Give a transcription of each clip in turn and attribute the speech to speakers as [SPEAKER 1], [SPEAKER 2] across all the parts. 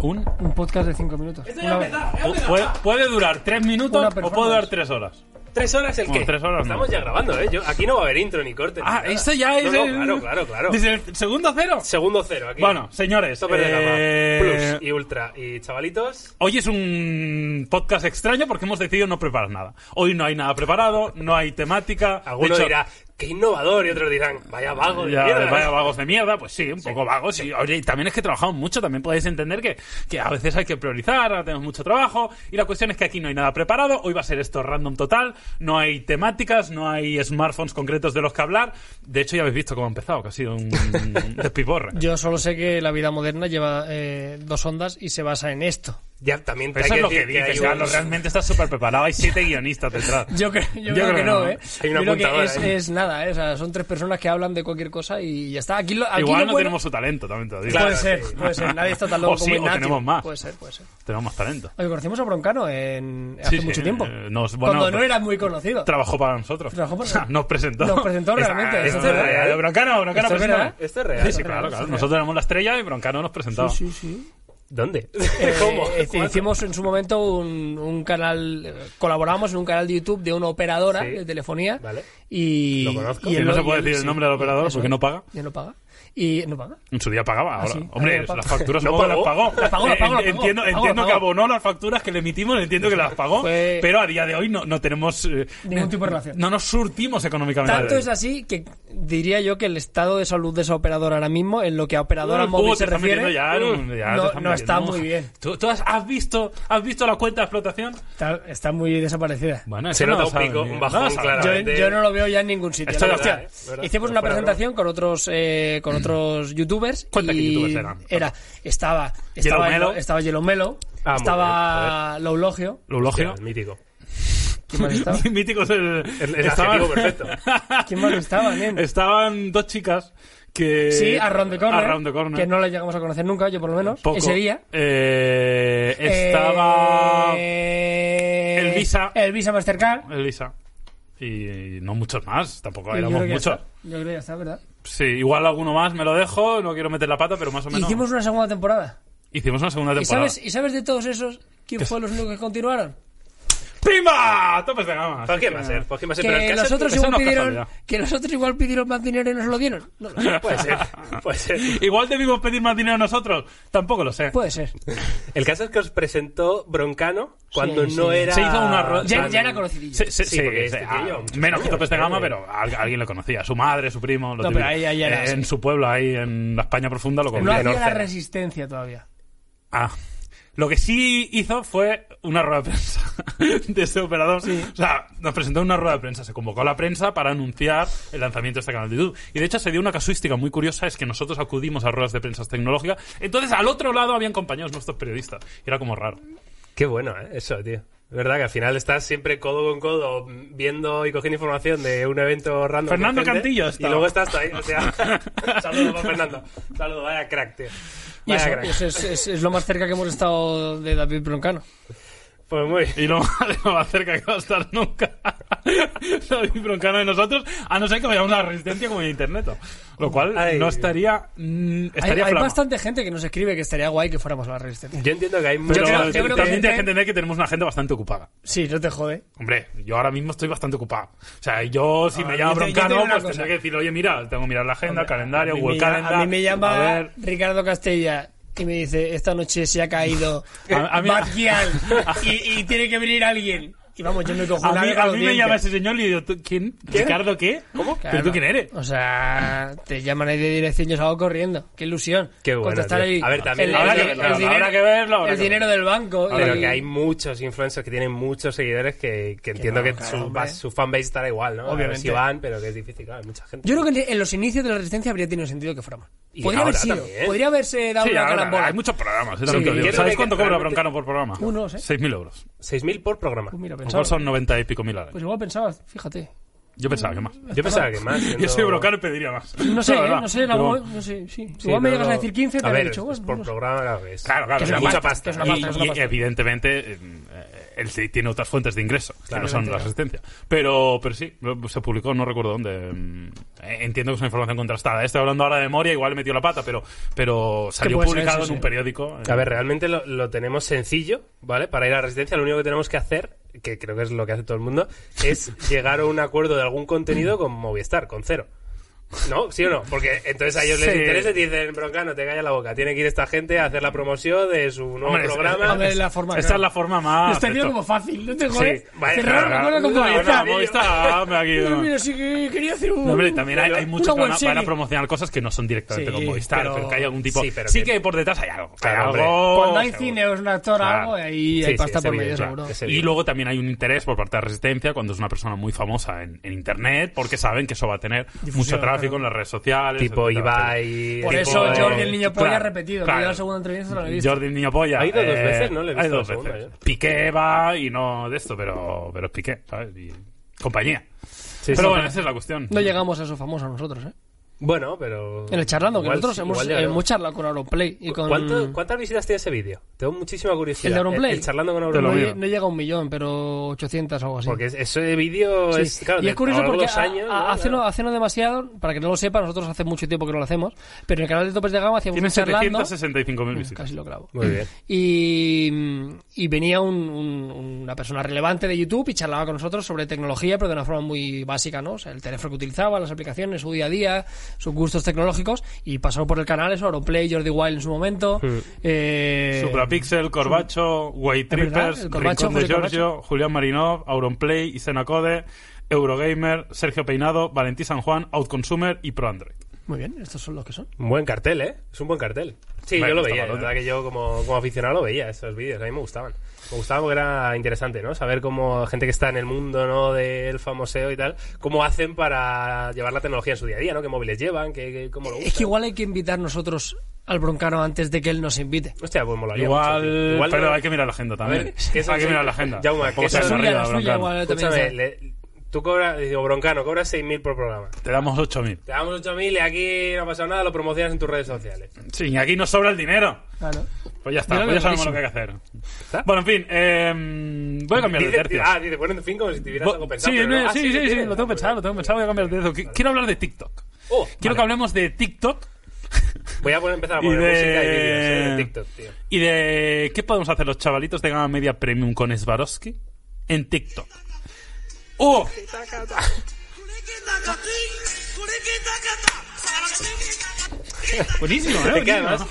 [SPEAKER 1] Un,
[SPEAKER 2] Un podcast de 5 minutos.
[SPEAKER 3] Esto
[SPEAKER 2] Una
[SPEAKER 3] ya
[SPEAKER 2] vez.
[SPEAKER 3] empezar,
[SPEAKER 1] pu- puede, puede durar tres
[SPEAKER 2] Una
[SPEAKER 1] minutos o
[SPEAKER 2] performance.
[SPEAKER 1] puede durar tres horas.
[SPEAKER 3] ¿Tres horas el
[SPEAKER 1] Bueno,
[SPEAKER 3] qué?
[SPEAKER 1] tres horas no.
[SPEAKER 3] Estamos ya grabando, ¿eh? Yo, aquí no va a haber intro ni corte. ni
[SPEAKER 1] Ah,
[SPEAKER 3] nada.
[SPEAKER 1] eso ya es.
[SPEAKER 3] No, no,
[SPEAKER 1] el-
[SPEAKER 3] claro, claro, claro.
[SPEAKER 1] Desde el segundo cero.
[SPEAKER 3] Segundo cero aquí.
[SPEAKER 1] Bueno, señores.
[SPEAKER 3] Topper de
[SPEAKER 1] eh,
[SPEAKER 3] gama. Plus y Ultra. Y chavalitos.
[SPEAKER 1] Hoy es un podcast extraño porque hemos decidido no preparar nada. Hoy no hay nada preparado, no hay temática. de
[SPEAKER 3] Alguno
[SPEAKER 1] hecho,
[SPEAKER 3] dirá, qué innovador. Y otros dirán, vaya vago de
[SPEAKER 1] ya,
[SPEAKER 3] mierda.
[SPEAKER 2] ¿eh?
[SPEAKER 1] vaya vagos de mierda, pues sí, un poco vagos. y, oye, y también es que trabajamos mucho, también podéis entender que, que a veces hay que priorizar, ahora tenemos mucho trabajo. Y la cuestión es que aquí no hay nada preparado, hoy va a ser esto random total, no hay temáticas, no hay smartphones concretos de los que hablar. De hecho, ya habéis visto cómo ha empezado, que ha sido un despiporre.
[SPEAKER 2] Yo solo sé que la vida moderna lleva eh, dos ondas y se basa en esto.
[SPEAKER 3] Ya, también te
[SPEAKER 1] Eso
[SPEAKER 3] hay
[SPEAKER 1] es lo que
[SPEAKER 3] decir hay
[SPEAKER 1] dices,
[SPEAKER 3] un-
[SPEAKER 1] Carlos, realmente estás súper preparado, hay siete guionistas detrás.
[SPEAKER 2] Yo, cre- yo creo, que no, ¿eh?
[SPEAKER 3] Hay una
[SPEAKER 2] yo creo que
[SPEAKER 3] apuntadora
[SPEAKER 2] es,
[SPEAKER 3] ahí.
[SPEAKER 2] es nada, ¿eh? O sea, son tres personas que hablan de cualquier cosa y ya está. Aquí lo, aquí
[SPEAKER 1] Igual
[SPEAKER 2] lo
[SPEAKER 1] no
[SPEAKER 2] bueno-
[SPEAKER 1] tenemos su talento, también te lo digo. Pues,
[SPEAKER 3] Claro,
[SPEAKER 2] puede ser,
[SPEAKER 3] sí.
[SPEAKER 2] puede ser. Nadie está tan loco
[SPEAKER 1] O sí,
[SPEAKER 2] como
[SPEAKER 1] o
[SPEAKER 2] Ignacio.
[SPEAKER 1] tenemos más.
[SPEAKER 2] Puede ser, puede ser.
[SPEAKER 1] Tenemos más talento.
[SPEAKER 2] Oye, conocimos a Broncano en, hace
[SPEAKER 1] sí,
[SPEAKER 2] mucho tiempo.
[SPEAKER 1] eh, nos- bueno,
[SPEAKER 2] cuando no
[SPEAKER 1] pues-
[SPEAKER 2] era muy conocido.
[SPEAKER 1] Trabajó para nosotros.
[SPEAKER 2] Trabajó para-
[SPEAKER 1] O sea, nos presentó.
[SPEAKER 2] Nos presentó
[SPEAKER 1] Esta-
[SPEAKER 2] realmente,
[SPEAKER 1] Esto
[SPEAKER 2] esto
[SPEAKER 1] es
[SPEAKER 2] es
[SPEAKER 1] real.
[SPEAKER 2] real.
[SPEAKER 1] Broncano, Broncano
[SPEAKER 2] Esto es
[SPEAKER 1] presentó.
[SPEAKER 2] verdad. ¿eh?
[SPEAKER 3] Esto es real.
[SPEAKER 1] Sí, sí, claro, claro. Nosotros éramos la estrella y Broncano nos presentaba.
[SPEAKER 2] Sí, sí.
[SPEAKER 3] ¿Dónde?
[SPEAKER 2] Eh,
[SPEAKER 3] ¿Cómo?
[SPEAKER 2] este,
[SPEAKER 3] ¿Cuándo?
[SPEAKER 2] hicimos en su momento un, un canal, eh, colaboramos en un canal de YouTube de una operadora
[SPEAKER 3] Sí.
[SPEAKER 2] de telefonía.
[SPEAKER 3] Vale.
[SPEAKER 2] Y,
[SPEAKER 3] Lo conozco.
[SPEAKER 2] y
[SPEAKER 1] Que
[SPEAKER 2] él
[SPEAKER 1] no
[SPEAKER 2] lo-
[SPEAKER 1] se
[SPEAKER 2] y
[SPEAKER 1] puede
[SPEAKER 2] él-
[SPEAKER 1] decir el
[SPEAKER 2] sí,
[SPEAKER 1] nombre del operador
[SPEAKER 2] eso
[SPEAKER 1] porque
[SPEAKER 2] es.
[SPEAKER 1] no paga.
[SPEAKER 2] Y él no paga. Y no paga.
[SPEAKER 1] En su día pagaba. Ahora,
[SPEAKER 2] sí,
[SPEAKER 1] hombre,
[SPEAKER 2] ahora paga.
[SPEAKER 1] las facturas
[SPEAKER 3] No
[SPEAKER 1] supongo que las
[SPEAKER 3] pagó.
[SPEAKER 1] pagó.
[SPEAKER 2] Las pagó, las
[SPEAKER 1] Eh,
[SPEAKER 2] pagó, las
[SPEAKER 1] enti-
[SPEAKER 2] pagó.
[SPEAKER 1] Entiendo,
[SPEAKER 2] Las pagó,
[SPEAKER 1] entiendo
[SPEAKER 2] las
[SPEAKER 1] que
[SPEAKER 2] pagó.
[SPEAKER 1] abonó las facturas que le emitimos, entiendo que las pagó.
[SPEAKER 2] Fue-
[SPEAKER 1] Pero a día de hoy no, no tenemos. eh,
[SPEAKER 2] Ningún tipo de relación.
[SPEAKER 1] No nos surtimos económicamente.
[SPEAKER 2] Tanto es así que diría yo que el estado de salud de esa operadora ahora mismo, en lo que a operadora
[SPEAKER 1] Uh,
[SPEAKER 2] móvil
[SPEAKER 1] te
[SPEAKER 2] se
[SPEAKER 1] estás metiendo
[SPEAKER 2] refiere, uh,
[SPEAKER 1] ya en un- ya te estás metiendo.
[SPEAKER 2] no, no está muy bien.
[SPEAKER 1] ¿Tú, tú has, has visto, has visto la cuenta de explotación?
[SPEAKER 2] Está, está muy desaparecida.
[SPEAKER 1] Bueno,
[SPEAKER 3] Se
[SPEAKER 1] eso no
[SPEAKER 3] nota
[SPEAKER 1] lo
[SPEAKER 3] un
[SPEAKER 1] saben,
[SPEAKER 3] pico,
[SPEAKER 1] eh.
[SPEAKER 3] un bajón,
[SPEAKER 1] No lo saben.
[SPEAKER 3] claro.
[SPEAKER 2] Yo,
[SPEAKER 3] Claramente.
[SPEAKER 2] yo no lo veo ya en ningún sitio.
[SPEAKER 1] Estoy
[SPEAKER 2] la
[SPEAKER 1] de acuerdo,
[SPEAKER 2] verdad.
[SPEAKER 3] eh, de verdad.
[SPEAKER 2] Hicimos
[SPEAKER 3] No
[SPEAKER 2] una
[SPEAKER 3] fuera
[SPEAKER 2] presentación con otros eh, con otros youtubers.
[SPEAKER 1] Cuenta qué
[SPEAKER 2] y
[SPEAKER 1] Mm. youtubers eran.
[SPEAKER 2] Era, estaba, estaba,
[SPEAKER 1] Yellow Melo.
[SPEAKER 2] estaba Yellow Melo,
[SPEAKER 3] Ah, muy
[SPEAKER 2] estaba Loulogio.
[SPEAKER 1] Lulogio.
[SPEAKER 3] Hostia, el mítico.
[SPEAKER 2] ¿Quién más estaba?
[SPEAKER 1] Mítico es el,
[SPEAKER 3] El- el adjetivo perfecto. Pues,
[SPEAKER 2] ¿Quién más estaba,
[SPEAKER 1] Eh,
[SPEAKER 2] nen?
[SPEAKER 1] Estaban dos chicas que...
[SPEAKER 2] sí, a Round the Corner,
[SPEAKER 1] A Round the Corner.
[SPEAKER 2] que no la llegamos a conocer nunca, yo por lo menos.
[SPEAKER 1] Poco.
[SPEAKER 2] Ese día.
[SPEAKER 1] Eh, estaba...
[SPEAKER 2] Eh,
[SPEAKER 1] el Visa.
[SPEAKER 2] El Visa Mastercard.
[SPEAKER 1] Elisa. Y no muchos más, tampoco
[SPEAKER 2] Y yo
[SPEAKER 1] éramos
[SPEAKER 2] creo que ya
[SPEAKER 1] muchos.
[SPEAKER 2] está. Yo creo que ya está, ¿verdad?
[SPEAKER 1] Sí, igual alguno más me lo dejo, no quiero meter la pata, pero más o menos...
[SPEAKER 2] Hicimos una segunda temporada.
[SPEAKER 1] Hicimos una segunda
[SPEAKER 2] ¿Y
[SPEAKER 1] temporada.
[SPEAKER 2] sabes, ¿Y sabes de todos esos quién fue los únicos que continuaron?
[SPEAKER 1] ¡Prima! ¡Topes de gama!
[SPEAKER 3] ¿Por qué va a ser? ¿Por qué va a ser? Pero el
[SPEAKER 2] que
[SPEAKER 3] caso es
[SPEAKER 2] los otros
[SPEAKER 1] eso
[SPEAKER 2] igual
[SPEAKER 1] no es
[SPEAKER 2] pidieron
[SPEAKER 1] casualidad.
[SPEAKER 2] que los otros igual pidieron más dinero y no se lo dieron no lo sé.
[SPEAKER 3] Puede ser, puede ser.
[SPEAKER 1] Igual debimos pedir más dinero nosotros. Tampoco lo sé.
[SPEAKER 2] puede ser
[SPEAKER 3] El caso es que os presentó Broncano cuando
[SPEAKER 2] Sí,
[SPEAKER 3] no
[SPEAKER 2] sí.
[SPEAKER 3] era.
[SPEAKER 1] Se hizo una ro-
[SPEAKER 2] ya,
[SPEAKER 3] tan-
[SPEAKER 2] ya era conocidillo
[SPEAKER 1] Sí, sí,
[SPEAKER 3] Sí,
[SPEAKER 1] sí,
[SPEAKER 3] porque
[SPEAKER 1] sí,
[SPEAKER 3] este
[SPEAKER 1] ah,
[SPEAKER 3] tío, muchos
[SPEAKER 1] menos que
[SPEAKER 3] años,
[SPEAKER 1] topes de gama,
[SPEAKER 3] claro.
[SPEAKER 1] pero al- alguien lo conocía. Su madre, su primo. Lo
[SPEAKER 2] eh. No,
[SPEAKER 1] típico.
[SPEAKER 2] pero ahí- ahí era
[SPEAKER 1] Eh,
[SPEAKER 2] así.
[SPEAKER 1] En su pueblo, ahí en la España profunda, lo
[SPEAKER 2] no
[SPEAKER 1] conocía.
[SPEAKER 2] hacía la
[SPEAKER 3] Orcera.
[SPEAKER 2] resistencia todavía
[SPEAKER 1] Ah. Lo que sí hizo fue una rueda de prensa de este operador. O sea, nos presentó en una rueda de prensa. Se convocó a la prensa para anunciar el lanzamiento de este canal de YouTube. Y de hecho se dio una casuística muy curiosa, es que nosotros acudimos a ruedas de prensa tecnológicas. Entonces al otro lado habían compañeros nuestros periodistas. Y era como raro.
[SPEAKER 3] Qué bueno, ¿eh? Eso, tío. Es verdad que al final estás siempre codo con codo mm, viendo y cogiendo información de un evento random.
[SPEAKER 1] Fernando
[SPEAKER 3] con gente,
[SPEAKER 1] Cantillo
[SPEAKER 3] Y
[SPEAKER 1] estaba.
[SPEAKER 3] luego estás tú ahí. O sea, saludos para Fernando. Saludos, vaya crack, tío.
[SPEAKER 2] y
[SPEAKER 3] Vaya
[SPEAKER 2] eso,
[SPEAKER 3] crack.
[SPEAKER 2] eso es, es- es lo más cerca que hemos estado de David Broncano
[SPEAKER 3] Pues muy bien.
[SPEAKER 1] Y lo más, lo más cerca que va a estar nunca David Broncano de nosotros, a no ser que vayamos a la resistencia como en internet. Lo cual
[SPEAKER 3] Ay.
[SPEAKER 1] no estaría. mm,
[SPEAKER 2] hay,
[SPEAKER 1] estaría
[SPEAKER 2] hay
[SPEAKER 1] flama.
[SPEAKER 2] bastante gente que nos escribe que estaría guay que fuéramos a la resistencia
[SPEAKER 3] Yo entiendo que hay
[SPEAKER 1] Pero
[SPEAKER 3] mucho.
[SPEAKER 2] Yo creo- yo creo que
[SPEAKER 1] también tienes
[SPEAKER 2] gente-
[SPEAKER 1] que entender que tenemos una gente bastante ocupada.
[SPEAKER 2] sí no te jode
[SPEAKER 1] Hombre, yo ahora mismo estoy bastante ocupado. O sea, yo si
[SPEAKER 2] Ah,
[SPEAKER 1] me
[SPEAKER 2] yo
[SPEAKER 1] llama
[SPEAKER 2] te- yo te
[SPEAKER 1] Broncano,
[SPEAKER 2] digo una
[SPEAKER 1] pues
[SPEAKER 2] cosa.
[SPEAKER 1] tendré que decir, oye, mira, tengo que mirar la agenda, el calendario,
[SPEAKER 2] a mí,
[SPEAKER 1] Google
[SPEAKER 2] me, llama-
[SPEAKER 1] Calendar.
[SPEAKER 2] a mí me llama
[SPEAKER 1] a ver.
[SPEAKER 2] Ricardo Castella y me dice esta noche se ha caído
[SPEAKER 1] A- a mí-
[SPEAKER 2] Bad Gyal y, y tiene que venir alguien y vamos yo me cojo
[SPEAKER 1] A
[SPEAKER 2] una
[SPEAKER 1] mí,
[SPEAKER 2] verga
[SPEAKER 1] a
[SPEAKER 2] los
[SPEAKER 1] mí me llama
[SPEAKER 2] dientes.
[SPEAKER 1] ese señor y digo, ¿tú ¿quién? ¿Ricardo qué? ¿Cómo? ¿Pero tú
[SPEAKER 2] Claro.
[SPEAKER 1] quién eres?
[SPEAKER 2] O sea, te llaman ahí de dirección, yo salgo corriendo. Qué ilusión.
[SPEAKER 3] Qué bueno,
[SPEAKER 2] Contestar
[SPEAKER 3] tío.
[SPEAKER 2] ahí.
[SPEAKER 3] A ver, también
[SPEAKER 2] el-
[SPEAKER 1] habrá
[SPEAKER 2] el-
[SPEAKER 1] que
[SPEAKER 2] el
[SPEAKER 1] verlo, habrá
[SPEAKER 2] dinero-
[SPEAKER 1] que verlo, habrá
[SPEAKER 2] El
[SPEAKER 1] que
[SPEAKER 2] dinero del banco.
[SPEAKER 3] Pero
[SPEAKER 2] y-
[SPEAKER 3] que hay muchos influencers que tienen muchos seguidores que, que entiendo
[SPEAKER 2] no,
[SPEAKER 3] que
[SPEAKER 2] claro,
[SPEAKER 3] su,
[SPEAKER 2] hombre.
[SPEAKER 3] va- su fanbase estará igual, ¿no? A ver
[SPEAKER 2] Obviamente.
[SPEAKER 3] Si van, pero que es difícil, claro, hay mucha gente.
[SPEAKER 2] Yo creo que en- en los inicios de la resistencia habría tenido sentido que fuéramos.
[SPEAKER 3] Y
[SPEAKER 2] Podría haber
[SPEAKER 3] ahora
[SPEAKER 2] sido.
[SPEAKER 3] también.
[SPEAKER 2] Podría haberse dado
[SPEAKER 1] Sí,
[SPEAKER 2] una
[SPEAKER 1] ahora,
[SPEAKER 2] carambola.
[SPEAKER 1] hay muchos programas. es
[SPEAKER 2] Sí,
[SPEAKER 1] lo que os digo.
[SPEAKER 3] creo
[SPEAKER 1] ¿Sabes
[SPEAKER 3] que
[SPEAKER 1] cuánto cobra
[SPEAKER 3] realmente-
[SPEAKER 1] Broncano por programa?
[SPEAKER 2] Uh, no sé.
[SPEAKER 1] 6.000 euros.
[SPEAKER 3] 6.000 por programa.
[SPEAKER 2] Pues mira,
[SPEAKER 1] Lo cual
[SPEAKER 2] pensaba.
[SPEAKER 1] son 90 y pico mil al año.
[SPEAKER 2] Pues igual pensaba, fíjate.
[SPEAKER 1] Yo pensaba que más.
[SPEAKER 3] Yo pensaba que más. siendo-
[SPEAKER 1] Yo soy Broncano y pediría más.
[SPEAKER 2] No sé,
[SPEAKER 1] La
[SPEAKER 2] eh,
[SPEAKER 1] verdad.
[SPEAKER 2] no sé, en
[SPEAKER 1] Pero
[SPEAKER 2] algún-
[SPEAKER 1] bueno.
[SPEAKER 2] no sé, sí.
[SPEAKER 3] Sí,
[SPEAKER 2] Igual me
[SPEAKER 3] no,
[SPEAKER 2] llegas
[SPEAKER 3] no.
[SPEAKER 2] a decir 15, te
[SPEAKER 3] a
[SPEAKER 2] habría
[SPEAKER 3] ver,
[SPEAKER 2] dicho,
[SPEAKER 3] es-
[SPEAKER 2] bueno, pues,
[SPEAKER 3] es por
[SPEAKER 2] no sé.
[SPEAKER 3] programa, claro que es.
[SPEAKER 1] Claro, claro,
[SPEAKER 3] Que es
[SPEAKER 1] es
[SPEAKER 3] mucha
[SPEAKER 1] una
[SPEAKER 3] pasta.
[SPEAKER 2] que es una
[SPEAKER 1] Y-
[SPEAKER 2] pasta, es una
[SPEAKER 1] y,
[SPEAKER 2] pasta.
[SPEAKER 1] evidentemente, eh, eh, él sí tiene otras fuentes de ingreso, que no son la resistencia. Pero, pero sí, lo- se publicó, no recuerdo dónde. mm, eh, Entiendo que es una información contrastada. Estoy hablando ahora de memoria, igual he metido la pata, pero, pero salió
[SPEAKER 2] puede ser,
[SPEAKER 1] publicado
[SPEAKER 2] sí,
[SPEAKER 1] en
[SPEAKER 2] sí.
[SPEAKER 1] un periódico. eh,
[SPEAKER 3] A ver, realmente lo, lo tenemos sencillo, ¿vale? Para ir a la resistencia, lo único que tenemos que hacer, que creo que es lo que hace todo el mundo, es llegar a un acuerdo de algún contenido con Movistar, con cero. ¿No? ¿Sí o no? Porque entonces a ellos les
[SPEAKER 1] Sí.
[SPEAKER 3] interesa y te dicen, bronca, no te calles la boca. Tiene que ir esta gente a hacer la promoción de su nuevo
[SPEAKER 1] hombre, es-
[SPEAKER 3] programa.
[SPEAKER 2] hombre, la forma,
[SPEAKER 1] Esa
[SPEAKER 2] claro.
[SPEAKER 1] es la forma más.
[SPEAKER 2] Lo está viendo
[SPEAKER 1] esto.
[SPEAKER 2] pues como fácil, no te jodes.
[SPEAKER 3] vaya,
[SPEAKER 2] Cerrar un
[SPEAKER 3] claro,
[SPEAKER 2] acuerdo con
[SPEAKER 3] claro.
[SPEAKER 1] Bueno,
[SPEAKER 2] Movistar.
[SPEAKER 3] Movistar.
[SPEAKER 1] Movistar, hombre, aquí,
[SPEAKER 2] Pero
[SPEAKER 1] no.
[SPEAKER 2] mira, sí que quería hacer un...
[SPEAKER 1] No, hombre, también hay, hay
[SPEAKER 2] una
[SPEAKER 1] muchos que van a,
[SPEAKER 2] webserie.
[SPEAKER 1] van a promocionar cosas que no son directamente
[SPEAKER 2] Sí,
[SPEAKER 1] con Movistar, pero,
[SPEAKER 2] pero-
[SPEAKER 1] que hay algún tipo. Sí,
[SPEAKER 3] sí, pero
[SPEAKER 1] que,
[SPEAKER 3] que-
[SPEAKER 1] por detrás hay algo.
[SPEAKER 3] Claro,
[SPEAKER 1] hay
[SPEAKER 3] hombre.
[SPEAKER 1] algo,
[SPEAKER 2] Cuando hay
[SPEAKER 1] seguro.
[SPEAKER 2] cine o es un actor o
[SPEAKER 1] Claro.
[SPEAKER 2] algo, ahí
[SPEAKER 3] Oh, Sí,
[SPEAKER 2] hay
[SPEAKER 3] sí,
[SPEAKER 2] pasta
[SPEAKER 3] es
[SPEAKER 2] por medio,
[SPEAKER 3] evidente,
[SPEAKER 2] seguro.
[SPEAKER 3] claro, es
[SPEAKER 1] Y luego también hay un interés por parte de Resistencia cuando es una persona muy famosa en, en Internet, porque saben que eso va a tener mucho tráfico en las redes sociales.
[SPEAKER 3] Tipo
[SPEAKER 1] etcétera,
[SPEAKER 3] Ibai.
[SPEAKER 2] Por
[SPEAKER 1] tipo-
[SPEAKER 2] eso
[SPEAKER 3] eh,
[SPEAKER 2] Jordi el Niño Polla
[SPEAKER 1] claro,
[SPEAKER 2] ha repetido.
[SPEAKER 1] claro.
[SPEAKER 2] Que yo la segunda entrevista no la he visto.
[SPEAKER 1] Jordi el Niño Polla.
[SPEAKER 3] Ha ido dos
[SPEAKER 1] eh,
[SPEAKER 3] veces, ¿no? Le he visto
[SPEAKER 1] ha ido dos
[SPEAKER 3] la segunda, ¿eh?
[SPEAKER 1] veces. Piqué va y no de esto, pero, pero es Piqué, ¿sabes? Y compañía. pero
[SPEAKER 3] sí.
[SPEAKER 1] bueno, esa es la cuestión.
[SPEAKER 2] No llegamos a eso famoso nosotros, ¿eh?
[SPEAKER 3] Bueno, pero...
[SPEAKER 2] En el charlando, que
[SPEAKER 3] Igual-
[SPEAKER 2] nosotros hemos,
[SPEAKER 3] igual ya
[SPEAKER 2] eh,
[SPEAKER 3] no.
[SPEAKER 2] hemos charlado con Auronplay y con...
[SPEAKER 3] ¿Cuánto- ¿Cuántas visitas tiene ese vídeo? Tengo muchísima curiosidad.
[SPEAKER 2] ¿El de Auronplay?
[SPEAKER 3] charlando con
[SPEAKER 1] Te lo
[SPEAKER 2] no,
[SPEAKER 1] miro.
[SPEAKER 3] Auronplay.
[SPEAKER 2] lle- no llega a un millón, pero 800 o algo así.
[SPEAKER 3] Porque es- ese vídeo
[SPEAKER 2] Sí.
[SPEAKER 3] es...
[SPEAKER 2] y
[SPEAKER 3] Claro,
[SPEAKER 2] es
[SPEAKER 3] de- a
[SPEAKER 2] curioso
[SPEAKER 3] lo largo
[SPEAKER 2] porque
[SPEAKER 3] de los
[SPEAKER 2] a-
[SPEAKER 3] años,
[SPEAKER 2] a-
[SPEAKER 3] ¿no?
[SPEAKER 2] hace, no, hace no demasiado, para que no lo sepa, nosotros hace mucho tiempo que no lo hacemos, pero en el canal de Topes de Gama hacíamos
[SPEAKER 1] Tiene
[SPEAKER 2] un charlando...
[SPEAKER 1] 765.000 visitas.
[SPEAKER 2] Casi lo clavo.
[SPEAKER 3] Muy bien.
[SPEAKER 2] Y, y venía un- un- una persona relevante de YouTube y charlaba con nosotros sobre tecnología, pero de una forma muy básica, ¿no? O sea, el teléfono que utilizaba, las aplicaciones, su día a día, sus gustos tecnológicos, y pasó por el canal eso, Auronplay, Jordi Wild en su momento.
[SPEAKER 1] Hmm.
[SPEAKER 2] eh,
[SPEAKER 1] Suprapixel, Corbacho, White
[SPEAKER 2] ¿Es verdad?
[SPEAKER 1] Trippers,
[SPEAKER 2] El Corbacho,
[SPEAKER 1] Rincón de
[SPEAKER 2] Julio
[SPEAKER 1] Giorgio, Julián Marinov, Auronplay, Isena Code, Eurogamer, Sergio Peinado, Valentí San Juan, Outconsumer y ProAndroid.
[SPEAKER 2] Muy bien, estos son los que son.
[SPEAKER 3] Un buen cartel, ¿eh? Es un buen cartel. Sí,
[SPEAKER 1] Bueno,
[SPEAKER 3] yo lo
[SPEAKER 1] está
[SPEAKER 2] pues
[SPEAKER 3] veía. La
[SPEAKER 1] malota.
[SPEAKER 3] verdad que yo como, como aficionado lo veía, esos vídeos. A mí me gustaban. Me gustaba porque era interesante, ¿no? Saber cómo gente que está en el mundo, ¿no? Del famoseo y tal, cómo hacen para llevar la tecnología en su día a día, ¿no? ¿Qué móviles llevan? ¿Qué, qué- cómo lo usan?
[SPEAKER 2] Es que igual hay que invitar nosotros al broncano antes de que él nos invite.
[SPEAKER 3] Hostia, pues molaría
[SPEAKER 1] Igual,
[SPEAKER 3] mucho, tío. Igual
[SPEAKER 1] pero
[SPEAKER 3] no-
[SPEAKER 1] hay que mirar la agenda también.
[SPEAKER 3] ver, ¿qué es
[SPEAKER 1] hay que
[SPEAKER 3] eso?
[SPEAKER 1] mirar la agenda.
[SPEAKER 3] Jaume,
[SPEAKER 1] Tampoco
[SPEAKER 3] ¿qué es
[SPEAKER 1] seas
[SPEAKER 3] eso?
[SPEAKER 1] arriba,
[SPEAKER 2] La suya,
[SPEAKER 1] Broncano.
[SPEAKER 2] igual.
[SPEAKER 3] Escúchame, le- tú cobras... Digo, Broncano, cobras 6.000 por programa.
[SPEAKER 1] Te damos 8.000.
[SPEAKER 3] Te damos 8.000 y aquí no ha pasado nada, lo promocionas en tus redes sociales.
[SPEAKER 1] Sí, y aquí nos sobra el dinero.
[SPEAKER 2] Claro.
[SPEAKER 1] Pues ya está,
[SPEAKER 2] Mira
[SPEAKER 1] pues ya
[SPEAKER 2] lo
[SPEAKER 1] sabemos lo que hay que hacer. Bueno, en fin, eh, voy a cambiar de
[SPEAKER 3] Dice-
[SPEAKER 1] tercio.
[SPEAKER 3] ah, dice, bueno, en fin, como si tuvieras
[SPEAKER 1] Bo-
[SPEAKER 3] algo pensado.
[SPEAKER 1] sí,
[SPEAKER 3] pero
[SPEAKER 1] no,
[SPEAKER 3] no. Ah,
[SPEAKER 1] sí, sí,
[SPEAKER 3] que
[SPEAKER 1] sí,
[SPEAKER 3] tienes.
[SPEAKER 1] lo tengo pensado, lo tengo pensado, voy a cambiar de tercio. Qui- Quiero hablar de TikTok.
[SPEAKER 3] Oh,
[SPEAKER 1] Quiero que
[SPEAKER 3] vale.
[SPEAKER 1] hablemos de TikTok
[SPEAKER 3] Voy a poner, empezar a
[SPEAKER 1] Y
[SPEAKER 3] poner
[SPEAKER 1] de-
[SPEAKER 3] Ah, música y vídeos eh, de TikTok, tío.
[SPEAKER 1] ¿Y de qué podemos hacer los chavalitos de gama media premium con Swarovski? En TikTok. ¡Oh! Buenísimo, ¿eh?
[SPEAKER 3] Es que
[SPEAKER 1] Buenísimo.
[SPEAKER 3] además-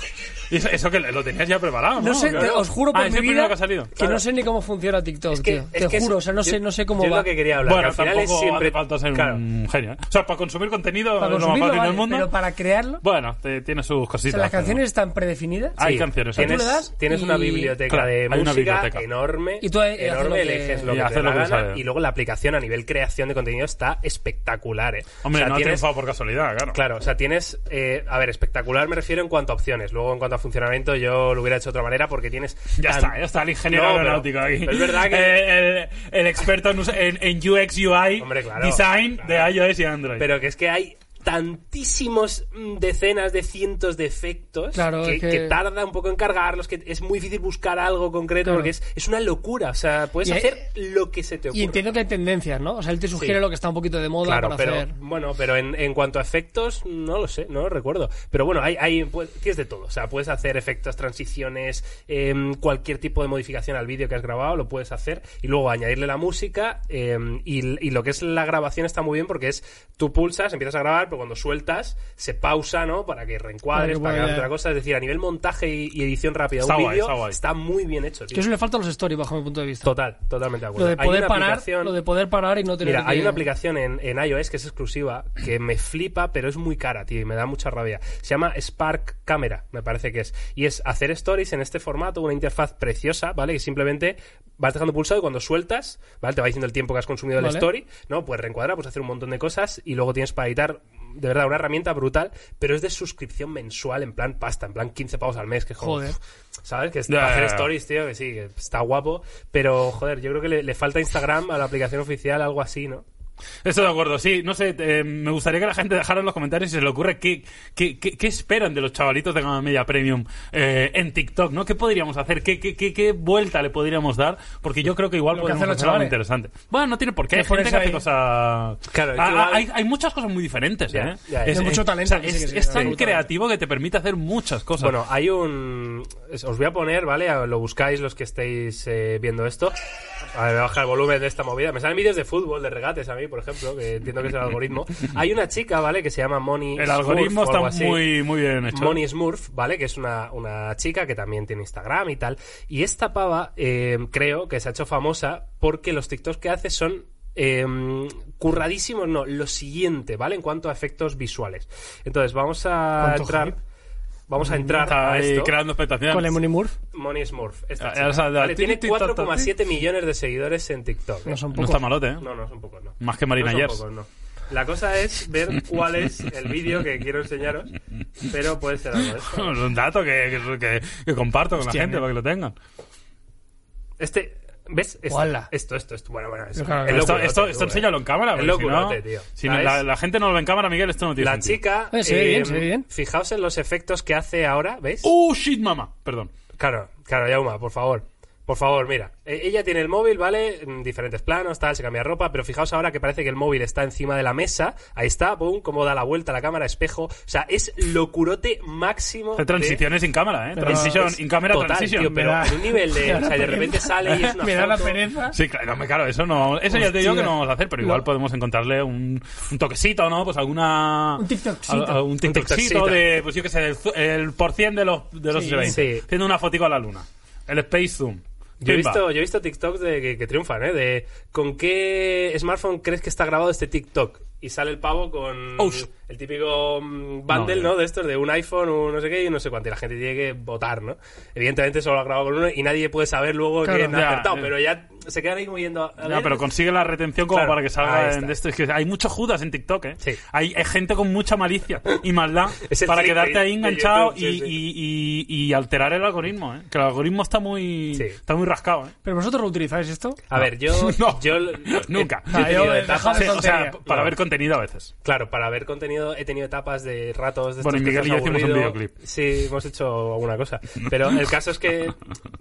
[SPEAKER 1] Eso, eso que lo tenías ya preparado, ¿no?
[SPEAKER 2] No sé, te- os juro por
[SPEAKER 1] Ah, es
[SPEAKER 2] mi
[SPEAKER 1] el primero
[SPEAKER 2] vida
[SPEAKER 1] que ha salido.
[SPEAKER 2] no sé ni cómo funciona TikTok, tío.
[SPEAKER 3] es
[SPEAKER 2] Te
[SPEAKER 3] es-
[SPEAKER 2] juro, o sea, no
[SPEAKER 3] yo-
[SPEAKER 2] sé, no sé cómo
[SPEAKER 3] yo es
[SPEAKER 2] va.
[SPEAKER 3] lo que quería hablar.
[SPEAKER 1] Bueno,
[SPEAKER 3] que al final es
[SPEAKER 1] tampoco
[SPEAKER 3] siempre...
[SPEAKER 1] hace falta ser
[SPEAKER 3] claro,
[SPEAKER 1] un genio. ¿eh? O sea, para consumir contenido
[SPEAKER 2] Para
[SPEAKER 1] es lo más
[SPEAKER 2] consumirlo,
[SPEAKER 1] fácil
[SPEAKER 2] vale,
[SPEAKER 1] del mundo.
[SPEAKER 2] pero para crearlo,
[SPEAKER 1] Bueno, te- tiene sus
[SPEAKER 2] o
[SPEAKER 1] cositas.
[SPEAKER 2] sea, las
[SPEAKER 1] pero-
[SPEAKER 2] canciones están predefinidas.
[SPEAKER 1] Hay
[SPEAKER 3] sí,
[SPEAKER 1] canciones.
[SPEAKER 2] tú le
[SPEAKER 3] Tienes,
[SPEAKER 1] ¿sabes?
[SPEAKER 2] das
[SPEAKER 3] tienes una
[SPEAKER 2] y-
[SPEAKER 3] biblioteca
[SPEAKER 1] Claro, hay
[SPEAKER 3] de
[SPEAKER 1] una
[SPEAKER 3] música
[SPEAKER 1] biblioteca.
[SPEAKER 3] enorme,
[SPEAKER 2] Y tú ahí haces lo
[SPEAKER 3] enorme,
[SPEAKER 2] que-
[SPEAKER 3] eliges lo
[SPEAKER 1] Y
[SPEAKER 3] que
[SPEAKER 1] haces
[SPEAKER 3] te
[SPEAKER 1] lo
[SPEAKER 3] da
[SPEAKER 1] que
[SPEAKER 3] gana,
[SPEAKER 1] sale.
[SPEAKER 3] y luego la aplicación a nivel creación de contenido está espectacular, eh.
[SPEAKER 1] Hombre,
[SPEAKER 3] O sea,
[SPEAKER 1] no ha
[SPEAKER 3] tienes-
[SPEAKER 1] triunfado por casualidad, claro.
[SPEAKER 3] Claro, o sea, tienes. eh, a ver, espectacular me refiero en cuanto a opciones. Luego, en cuanto a funcionamiento, yo lo hubiera hecho de otra manera porque tienes.
[SPEAKER 1] Ya
[SPEAKER 3] tan-
[SPEAKER 1] está, ya está el ingeniero
[SPEAKER 3] No, pero-
[SPEAKER 1] aeronáutico ahí.
[SPEAKER 3] pero es verdad que-
[SPEAKER 1] Eh, el, el experto en, us- en- en UX, UI,
[SPEAKER 3] Hombre, claro,
[SPEAKER 1] design
[SPEAKER 3] claro.
[SPEAKER 1] de iOS y Android.
[SPEAKER 3] Pero que es que hay tantísimos mm, decenas de cientos de efectos
[SPEAKER 2] Claro,
[SPEAKER 3] que,
[SPEAKER 2] es que-
[SPEAKER 3] que tarda un poco en cargarlos, que es muy difícil buscar algo concreto
[SPEAKER 2] Claro.
[SPEAKER 3] porque es, es una locura. O sea, puedes
[SPEAKER 2] Y hay-
[SPEAKER 3] hacer lo que se te ocurra.
[SPEAKER 2] Y entiendo que hay tendencias, ¿no? O sea, él te sugiere
[SPEAKER 3] Sí.
[SPEAKER 2] lo que está un poquito de moda
[SPEAKER 3] Claro,
[SPEAKER 2] para
[SPEAKER 3] pero
[SPEAKER 2] hacer.
[SPEAKER 3] bueno, pero en, en cuanto a efectos, no lo sé, no lo recuerdo. Pero bueno, hay, hay pues, tienes de todo. O sea, puedes hacer efectos, transiciones, em, cualquier tipo de modificación al vídeo que has grabado, lo puedes hacer. Y luego añadirle la música. em, y, y lo que es la grabación está muy bien porque es tú pulsas, empiezas a grabar, pero cuando sueltas, se pausa, ¿no? Para que
[SPEAKER 2] Para
[SPEAKER 3] reencuadres,
[SPEAKER 2] que
[SPEAKER 3] para que hagas
[SPEAKER 2] pueda-
[SPEAKER 3] otra cosa. Es decir, a nivel montaje y, y edición rápida, de
[SPEAKER 1] Está
[SPEAKER 3] un
[SPEAKER 1] guay,
[SPEAKER 3] vídeo
[SPEAKER 1] está guay.
[SPEAKER 3] está, muy bien hecho, tío.
[SPEAKER 2] Que eso le falta a los stories, bajo mi punto de vista.
[SPEAKER 3] Total, totalmente de acuerdo.
[SPEAKER 2] Lo de
[SPEAKER 3] Hay
[SPEAKER 2] poder
[SPEAKER 3] una
[SPEAKER 2] parar,
[SPEAKER 3] aplicación-
[SPEAKER 2] lo de poder parar y no tener
[SPEAKER 3] Mira, hay
[SPEAKER 2] que-
[SPEAKER 3] una aplicación en, en iOS que es exclusiva, que me flipa, pero es muy cara, tío, y me da mucha rabia. Se llama Spark Camera, me parece que es. Y es hacer stories en este formato, una interfaz preciosa, ¿vale? Que simplemente vas dejando pulsado y cuando sueltas, ¿vale? Te va diciendo el tiempo que has consumido el
[SPEAKER 2] Vale.
[SPEAKER 3] story, ¿no? Puedes reencuadrar, puedes hacer un montón de cosas y luego tienes para editar. De verdad, una herramienta brutal, pero es de suscripción mensual, en plan pasta, en plan 15 pavos al mes, que es como,
[SPEAKER 2] Joder.
[SPEAKER 3] ¿Sabes? Que es
[SPEAKER 1] Ya, ya,
[SPEAKER 3] para hacer
[SPEAKER 1] ya.
[SPEAKER 3] stories, tío, que sí, que está guapo. Pero, joder, yo creo que le, le falta a Instagram a la aplicación oficial, algo así, ¿no?
[SPEAKER 1] Estoy de acuerdo, sí. No sé, eh, me gustaría que la gente dejara en los comentarios si se le ocurre qué, qué, qué, qué esperan de los chavalitos de gama media premium eh, en TikTok, ¿no? ¿Qué podríamos hacer? ¿Qué, qué, qué, qué vuelta le podríamos dar? Porque yo creo que igual
[SPEAKER 2] Lo que
[SPEAKER 1] podemos
[SPEAKER 2] hacen los
[SPEAKER 1] hacer algo
[SPEAKER 2] chavales.
[SPEAKER 1] interesante. Bueno, no tiene por qué.
[SPEAKER 2] Que
[SPEAKER 1] Hay gente
[SPEAKER 2] pones
[SPEAKER 1] que hace
[SPEAKER 2] ahí-
[SPEAKER 1] cosas...
[SPEAKER 3] Claro,
[SPEAKER 1] Ah,
[SPEAKER 3] igual-
[SPEAKER 1] ah, hay, hay muchas cosas muy diferentes,
[SPEAKER 3] Ya,
[SPEAKER 1] ¿eh?
[SPEAKER 3] ya, ya.
[SPEAKER 2] Hay mucho
[SPEAKER 1] o sea,
[SPEAKER 2] talento aquí,
[SPEAKER 1] es,
[SPEAKER 2] sí que sí,
[SPEAKER 1] es tan
[SPEAKER 2] absolutamente.
[SPEAKER 1] creativo que te permite hacer muchas cosas.
[SPEAKER 3] Bueno, hay un. es- Os voy a poner, ¿vale? A- Lo buscáis los que estéis eh, viendo esto. A ver, voy a bajar el volumen de esta movida. Me salen vídeos de fútbol, de regates a mí, por ejemplo, que entiendo que es el algoritmo. Hay una chica, ¿vale? Que se llama Moni.
[SPEAKER 1] el
[SPEAKER 3] Smurf
[SPEAKER 1] algoritmo
[SPEAKER 3] Pues, o algo
[SPEAKER 1] está
[SPEAKER 3] así.
[SPEAKER 1] muy, muy bien hecho.
[SPEAKER 3] Moni Smurf, ¿vale? Que es una, una chica que también tiene Instagram y tal. Y esta pava, eh, creo que se ha hecho famosa porque los TikToks que hace son. eh, curradísimos, no, lo siguiente, ¿vale? En cuanto a efectos visuales. Entonces, vamos a
[SPEAKER 2] ¿Cuánto
[SPEAKER 3] entrar.
[SPEAKER 2] hype?
[SPEAKER 3] Vamos a entrar
[SPEAKER 1] Está
[SPEAKER 3] a
[SPEAKER 1] ahí
[SPEAKER 3] esto.
[SPEAKER 1] creando expectaciones.
[SPEAKER 2] Con el Money Murph
[SPEAKER 3] Moni Smurf. esta
[SPEAKER 1] Ah,
[SPEAKER 3] chica,
[SPEAKER 1] o sea, de
[SPEAKER 3] ¿vale?
[SPEAKER 1] ti,
[SPEAKER 3] Tiene
[SPEAKER 1] ti, ta, ta, ti.
[SPEAKER 3] 4,7 millones de seguidores en TikTok. ¿eh?
[SPEAKER 2] pues, no son
[SPEAKER 1] No
[SPEAKER 2] pocos.
[SPEAKER 1] está malote, ¿eh?
[SPEAKER 3] No, no, son pocos, no.
[SPEAKER 1] Más que Marina
[SPEAKER 3] no son
[SPEAKER 1] Yers.
[SPEAKER 3] pocos, no. La cosa es ver cuál es el vídeo que quiero enseñaros, pero puede ser algo de esto.
[SPEAKER 1] Es un dato que, que- que- que comparto con
[SPEAKER 2] Hostia,
[SPEAKER 1] la gente
[SPEAKER 2] ¿eh?
[SPEAKER 1] para que lo tengan.
[SPEAKER 3] Este, ¿ves? Esto,
[SPEAKER 2] Hola.
[SPEAKER 3] esto, esto, esto. Bueno, bueno, eso.
[SPEAKER 2] Claro,
[SPEAKER 3] El
[SPEAKER 2] claro.
[SPEAKER 1] Esto,
[SPEAKER 3] locurote,
[SPEAKER 1] esto,
[SPEAKER 3] tú,
[SPEAKER 1] esto
[SPEAKER 3] eh.
[SPEAKER 1] enséñalo en cámara.
[SPEAKER 3] El
[SPEAKER 1] porque si no-
[SPEAKER 3] locurote, tío.
[SPEAKER 1] Si no-
[SPEAKER 3] ¿Sabes?
[SPEAKER 1] la, la gente no lo ve en cámara, Miguel, esto no tiene
[SPEAKER 3] La
[SPEAKER 1] sentido.
[SPEAKER 3] chica. eh,
[SPEAKER 2] Oye, se ve bien, se ve bien.
[SPEAKER 3] Fijaos en los efectos que hace ahora, ¿veis?
[SPEAKER 1] ¡Uh, shit, mamá! Perdón.
[SPEAKER 3] Claro, claro, Yauma, por favor. Por favor, mira. E- Ella tiene el móvil, ¿vale? En diferentes planos, tal, se cambia ropa, pero fijaos ahora que parece que el móvil está encima de la mesa. Ahí está, boom, cómo da la vuelta la cámara, espejo. O sea, es locurote máximo.
[SPEAKER 1] Hace transiciones sin cámara, ¿eh?
[SPEAKER 2] Pero
[SPEAKER 1] Transition,
[SPEAKER 3] es
[SPEAKER 1] in cámara,
[SPEAKER 3] total,
[SPEAKER 1] transition.
[SPEAKER 3] tío, pero
[SPEAKER 2] Me da-
[SPEAKER 3] en un nivel de. O sea, de repente sale y es una.
[SPEAKER 2] Me da la
[SPEAKER 3] foto.
[SPEAKER 2] pereza.
[SPEAKER 1] Sí, claro, hombre, claro, eso no vamos- eso ya te digo que no vamos a hacer, pero igual podemos encontrarle un, un toquecito, ¿no? Pues alguna...
[SPEAKER 2] Un tiktokcito.
[SPEAKER 1] a- a- un tiktokcito
[SPEAKER 3] tiktokcito.
[SPEAKER 1] de, pues yo qué sé, el, zu- el por cien de los, de los
[SPEAKER 2] Sí.
[SPEAKER 1] 20.
[SPEAKER 3] Sí.
[SPEAKER 1] Haciendo una fotico a la luna. El Space Zoom.
[SPEAKER 3] Yo he,
[SPEAKER 1] Pimba.
[SPEAKER 3] visto, yo he visto TikToks de, que, que triunfan, ¿eh? De con qué smartphone crees que está grabado este TikTok. Y sale el pavo con
[SPEAKER 1] Ouch.
[SPEAKER 3] el típico mm, bundle,
[SPEAKER 1] No, eh.
[SPEAKER 3] no,
[SPEAKER 1] no.
[SPEAKER 3] De estos, de un iPhone, un no sé qué y no sé cuánto. Y la gente tiene que votar, ¿no? Evidentemente solo lo ha grabado con uno y nadie puede saber luego
[SPEAKER 2] Claro,
[SPEAKER 3] quién
[SPEAKER 1] ya,
[SPEAKER 3] ha acertado.
[SPEAKER 1] eh.
[SPEAKER 3] Pero ya se quedan ahí como yendo a- a
[SPEAKER 1] Ya,
[SPEAKER 3] ver.
[SPEAKER 1] pero consigue la retención como
[SPEAKER 3] Claro,
[SPEAKER 1] para que
[SPEAKER 3] ahí
[SPEAKER 1] salga
[SPEAKER 3] está.
[SPEAKER 1] en de esto. Es que hay mucho Judas en TikTok, ¿eh?
[SPEAKER 3] Sí.
[SPEAKER 1] Hay, hay gente con mucha malicia y maldad
[SPEAKER 3] Es el
[SPEAKER 1] para
[SPEAKER 3] clickbait
[SPEAKER 1] quedarte ahí
[SPEAKER 3] de
[SPEAKER 1] enganchado
[SPEAKER 3] YouTube, sí,
[SPEAKER 1] y, y- y- y alterar el algoritmo, ¿eh? Que el algoritmo está muy,
[SPEAKER 3] Sí.
[SPEAKER 1] está muy rascado, ¿eh?
[SPEAKER 2] ¿Pero vosotros lo utilizáis esto?
[SPEAKER 3] A ver, yo.
[SPEAKER 1] No.
[SPEAKER 3] yo
[SPEAKER 1] Nunca.
[SPEAKER 3] he- yo he
[SPEAKER 2] Ah, yo
[SPEAKER 3] tenido
[SPEAKER 2] de-
[SPEAKER 3] etapas-
[SPEAKER 2] dejar de
[SPEAKER 1] Sí, o sea,
[SPEAKER 2] tontería.
[SPEAKER 1] para
[SPEAKER 3] No.
[SPEAKER 1] ver contenido a veces.
[SPEAKER 3] Claro, para ver contenido he tenido etapas de ratos de estos
[SPEAKER 1] Bueno, y
[SPEAKER 3] que
[SPEAKER 1] Miguel y
[SPEAKER 3] estás
[SPEAKER 1] yo hicimos un
[SPEAKER 3] aburrido.
[SPEAKER 1] videoclip.
[SPEAKER 3] Sí, hemos hecho alguna cosa. Pero el caso es que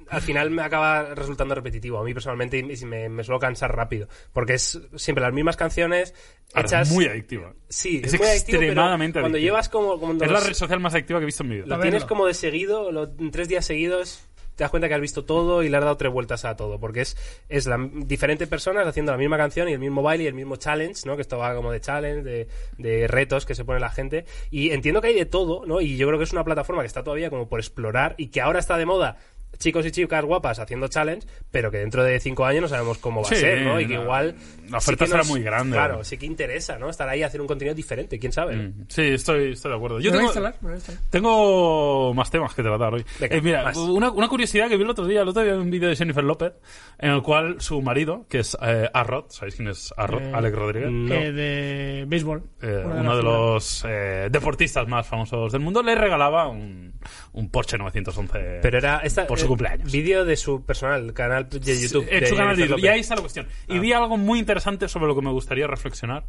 [SPEAKER 3] al final me acaba resultando repetitivo. A mí personalmente y me, me suelo cansar rápido. Porque es siempre las mismas canciones
[SPEAKER 1] Ahora,
[SPEAKER 3] hechas.
[SPEAKER 1] es muy adictivo. ¿eh?
[SPEAKER 3] Sí,
[SPEAKER 1] es,
[SPEAKER 3] es, muy adictivo, pero
[SPEAKER 1] extremadamente
[SPEAKER 3] Cuando
[SPEAKER 1] adictivo.
[SPEAKER 3] llevas como. como
[SPEAKER 1] Es la
[SPEAKER 3] los-
[SPEAKER 1] red social más adictiva que he visto en mi vida.
[SPEAKER 3] lo
[SPEAKER 2] A
[SPEAKER 3] tienes
[SPEAKER 2] verlo.
[SPEAKER 3] como de seguido, lo- en tres días seguidos, te das cuenta que has visto todo y le has dado tres vueltas a todo, porque es, es la, diferentes personas haciendo la misma canción y el mismo baile y el mismo challenge, ¿no? Que esto va como de challenge, de, de retos que se pone la gente. Y entiendo que hay de todo, ¿no? Y yo creo que es una plataforma que está todavía como por explorar y que ahora está de moda. Chicos y chicas guapas haciendo challenge, pero que dentro de cinco años no sabemos cómo va
[SPEAKER 1] Sí,
[SPEAKER 3] a ser, ¿no? Y que
[SPEAKER 1] la-
[SPEAKER 3] igual.
[SPEAKER 1] la
[SPEAKER 3] sí
[SPEAKER 1] oferta
[SPEAKER 3] que
[SPEAKER 1] será muy grande.
[SPEAKER 3] Claro, sí que interesa, ¿no? Estar ahí y hacer un contenido diferente, quién sabe.
[SPEAKER 1] Mm, Sí, estoy, estoy de acuerdo.
[SPEAKER 2] ¿Me
[SPEAKER 1] Yo
[SPEAKER 2] lo voy a
[SPEAKER 1] tengo,
[SPEAKER 2] instalar? ¿Me lo voy a instalar?
[SPEAKER 1] Tengo más temas que tratar hoy.
[SPEAKER 3] Venga,
[SPEAKER 1] Eh, mira,
[SPEAKER 3] más.
[SPEAKER 1] una, una curiosidad que vi el otro día, el otro día vi un vídeo de Jennifer López, en el cual su marido, que es eh, Arrod, ¿sabéis quién es Arrod?
[SPEAKER 2] Eh,
[SPEAKER 1] Alex Rodríguez.
[SPEAKER 3] No.
[SPEAKER 2] Eh, de béisbol.
[SPEAKER 1] eh,
[SPEAKER 2] Una
[SPEAKER 1] uno de
[SPEAKER 2] las-
[SPEAKER 1] los eh, deportistas más famosos del mundo le regalaba un, un Porsche 911
[SPEAKER 3] Pero era esta,
[SPEAKER 1] por su
[SPEAKER 3] eh,
[SPEAKER 1] cumpleaños.
[SPEAKER 3] Vídeo de su personal canal de YouTube.
[SPEAKER 1] En
[SPEAKER 3] de
[SPEAKER 1] su canal de
[SPEAKER 3] Jennifer
[SPEAKER 1] YouTube. Y ahí
[SPEAKER 3] López.
[SPEAKER 1] está la cuestión.
[SPEAKER 3] Ah.
[SPEAKER 1] Y vi algo muy interesante sobre lo que me gustaría reflexionar,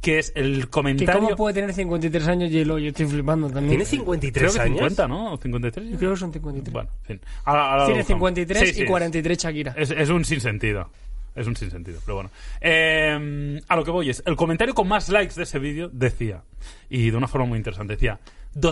[SPEAKER 1] que es el
[SPEAKER 2] ¿Que
[SPEAKER 1] comentario...
[SPEAKER 2] ¿Cómo puede tener 53 años y lo Yo estoy flipando también.
[SPEAKER 3] Tiene
[SPEAKER 1] Creo
[SPEAKER 3] 53
[SPEAKER 1] que
[SPEAKER 3] años.
[SPEAKER 1] 50, ¿no? ¿O 53?
[SPEAKER 2] Yo creo que son 53.
[SPEAKER 1] Bueno, en fin. Ahora- ahora lo
[SPEAKER 2] Tiene
[SPEAKER 1] buscamos.
[SPEAKER 2] 53
[SPEAKER 1] Sí, sí,
[SPEAKER 2] y
[SPEAKER 1] es-
[SPEAKER 2] 43 Shakira.
[SPEAKER 1] Es, es un sinsentido. Es un sinsentido, pero bueno. Eh, a lo que voy es, el comentario con más likes de ese vídeo decía, y de una forma muy interesante, decía,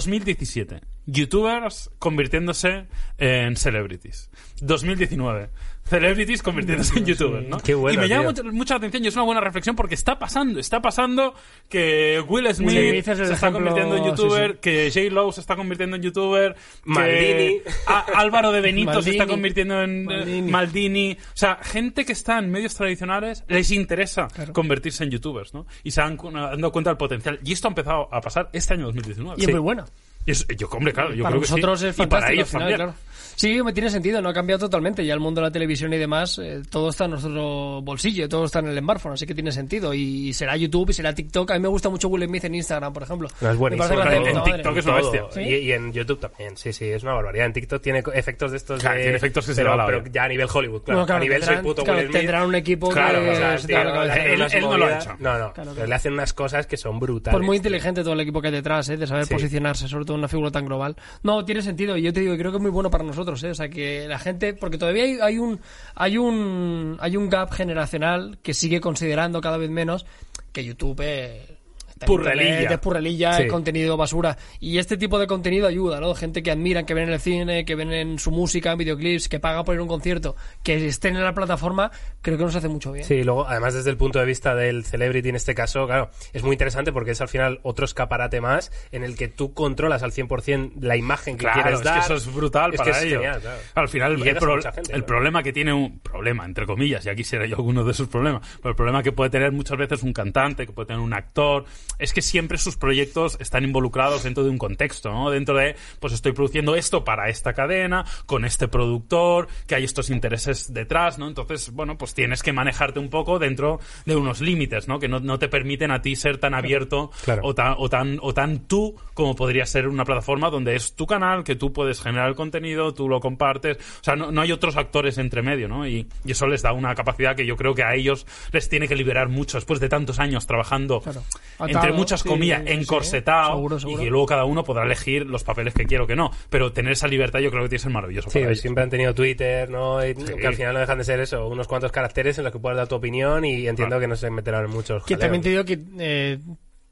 [SPEAKER 1] 2017, youtubers convirtiéndose en celebrities. 2019, celebrities convirtiéndose en youtubers, ¿no?
[SPEAKER 3] Qué bueno,
[SPEAKER 1] y me llama
[SPEAKER 3] tío.
[SPEAKER 1] mucho- mucha atención y es una buena reflexión porque está pasando, está pasando que Will Smith
[SPEAKER 2] Sí,
[SPEAKER 1] se
[SPEAKER 2] dices el
[SPEAKER 1] está
[SPEAKER 2] ejemplo-
[SPEAKER 1] convirtiendo en youtuber,
[SPEAKER 2] sí, sí.
[SPEAKER 1] que J. Lowe se está convirtiendo en youtuber,
[SPEAKER 3] Maldini.
[SPEAKER 1] que a- Álvaro de Benito se está
[SPEAKER 2] Maldini.
[SPEAKER 1] convirtiendo en eh,
[SPEAKER 2] Maldini.
[SPEAKER 1] Maldini. Maldini. O sea, gente que está en medios tradicionales les interesa
[SPEAKER 2] Claro.
[SPEAKER 1] convertirse en youtubers, ¿no? Y se han cu- han dado cuenta del potencial. Y esto ha empezado a pasar este año 2019.
[SPEAKER 2] Y es muy buena.
[SPEAKER 1] Y es- yo, hombre, claro, yo
[SPEAKER 2] para
[SPEAKER 1] creo que sí.
[SPEAKER 2] nosotros es
[SPEAKER 1] Y
[SPEAKER 2] fantástico.
[SPEAKER 1] para ellos
[SPEAKER 2] al final,
[SPEAKER 1] también.
[SPEAKER 2] claro. Sí, me tiene sentido, no ha cambiado totalmente. Ya el mundo de la televisión y demás, eh, todo está en nuestro bolsillo, todo está en el smartphone, así que tiene sentido. Y será YouTube y será TikTok. A mí me gusta mucho Will Smith en Instagram, por ejemplo.
[SPEAKER 3] No, es
[SPEAKER 2] Me parece
[SPEAKER 3] buenísimo.
[SPEAKER 2] que hace de
[SPEAKER 1] en
[SPEAKER 2] puta madre.
[SPEAKER 1] TikTok es una
[SPEAKER 3] Todo.
[SPEAKER 1] bestia.
[SPEAKER 2] ¿Sí?
[SPEAKER 3] Y, y en YouTube también. Sí, sí, es una barbaridad. En TikTok tiene co- efectos de estos.
[SPEAKER 1] Claro,
[SPEAKER 3] de-
[SPEAKER 1] tiene efectos que se
[SPEAKER 3] pero,
[SPEAKER 1] le va la
[SPEAKER 3] pero
[SPEAKER 1] olla.
[SPEAKER 3] ya a nivel Hollywood, claro.
[SPEAKER 2] Bueno, claro,
[SPEAKER 3] a nivel
[SPEAKER 2] tendrán,
[SPEAKER 3] soy puto
[SPEAKER 2] claro,
[SPEAKER 3] Will Smith.
[SPEAKER 2] tendrán un equipo
[SPEAKER 1] Claro,
[SPEAKER 2] que
[SPEAKER 1] o sea,
[SPEAKER 2] se
[SPEAKER 1] tío,
[SPEAKER 2] tapa
[SPEAKER 3] eh,
[SPEAKER 2] la cabeza.
[SPEAKER 1] él-
[SPEAKER 3] unas
[SPEAKER 1] él no lo ha
[SPEAKER 3] movidas-
[SPEAKER 1] hecho.
[SPEAKER 3] No, no.
[SPEAKER 2] Claro,
[SPEAKER 3] pero
[SPEAKER 2] claro.
[SPEAKER 3] Le hacen unas cosas que son brutales.
[SPEAKER 2] Por muy
[SPEAKER 3] tío.
[SPEAKER 2] inteligente todo el equipo que hay detrás, ¿eh? de saber
[SPEAKER 3] eh. Sí.
[SPEAKER 2] posicionarse, sobre todo en una figura tan global. No, tiene sentido. Y yo te digo, creo que es muy bueno para nosotros. ¿eh? O sea, que la gente. Porque todavía hay, hay un, hay, un, hay un gap generacional que sigue considerando cada vez menos que YouTube eh, está en
[SPEAKER 1] Purrelilla.
[SPEAKER 2] internet, Es purrelilla,
[SPEAKER 3] Sí.
[SPEAKER 2] es contenido basura. Y este tipo de contenido ayuda, ¿no? Gente que admiran, que ven en el cine, que ven en su música, en videoclips, que paga por ir a un concierto, que estén en la plataforma, creo que nos hace mucho bien.
[SPEAKER 3] Sí, luego, además, desde el punto de vista del celebrity en este caso, claro, es muy interesante porque es al final otro escaparate más en el que tú controlas al 100% la imagen que
[SPEAKER 1] Claro,
[SPEAKER 3] quieres
[SPEAKER 1] es
[SPEAKER 3] dar.
[SPEAKER 1] que eso es brutal
[SPEAKER 3] Es que
[SPEAKER 1] para
[SPEAKER 3] es
[SPEAKER 1] ellos.
[SPEAKER 3] genial, claro.
[SPEAKER 1] Al
[SPEAKER 3] Y
[SPEAKER 1] final, el,
[SPEAKER 3] llegas a
[SPEAKER 1] pro-
[SPEAKER 3] mucha gente,
[SPEAKER 1] el
[SPEAKER 3] claro.
[SPEAKER 1] problema que tiene un problema, entre comillas, y aquí seré yo alguno de sus problemas, pero el problema que puede tener muchas veces un cantante, que puede tener un actor, es que siempre sus proyectos están involucrados dentro de un contexto, ¿no? Dentro de, pues estoy produciendo esto para esta cadena, con este productor, que hay estos intereses detrás, ¿no? Entonces, bueno, pues tienes que manejarte un poco dentro de unos límites, ¿no? Que no, no te permiten a ti ser tan abierto
[SPEAKER 3] Claro.
[SPEAKER 1] o tan, o tan o tan tú como podría ser una plataforma donde es tu canal, que tú puedes generar el contenido, tú lo compartes. O sea, no, no hay otros actores entre medio, ¿no? Y, y eso les da una capacidad que yo creo que a ellos les tiene que liberar mucho después de tantos años trabajando,
[SPEAKER 2] Claro.
[SPEAKER 1] entre
[SPEAKER 2] Atado,
[SPEAKER 1] muchas
[SPEAKER 2] sí,
[SPEAKER 1] comillas,
[SPEAKER 2] sí, sí,
[SPEAKER 1] encorsetado,
[SPEAKER 2] seguro, seguro.
[SPEAKER 1] y que luego cada uno podrá elegir los papeles que quiero o que no. Pero tener esa libertad yo creo que tiene que ser maravilloso.
[SPEAKER 3] Sí, pues
[SPEAKER 1] para ellos.
[SPEAKER 3] siempre han tenido Twitter, ¿no? Y Que al final no dejan de ser eso, unos cuantos caracteres en los que puedes dar tu opinión y entiendo
[SPEAKER 1] Claro.
[SPEAKER 3] que no se meterán en muchos.
[SPEAKER 2] Que
[SPEAKER 3] jaleos.
[SPEAKER 2] también te digo que eh,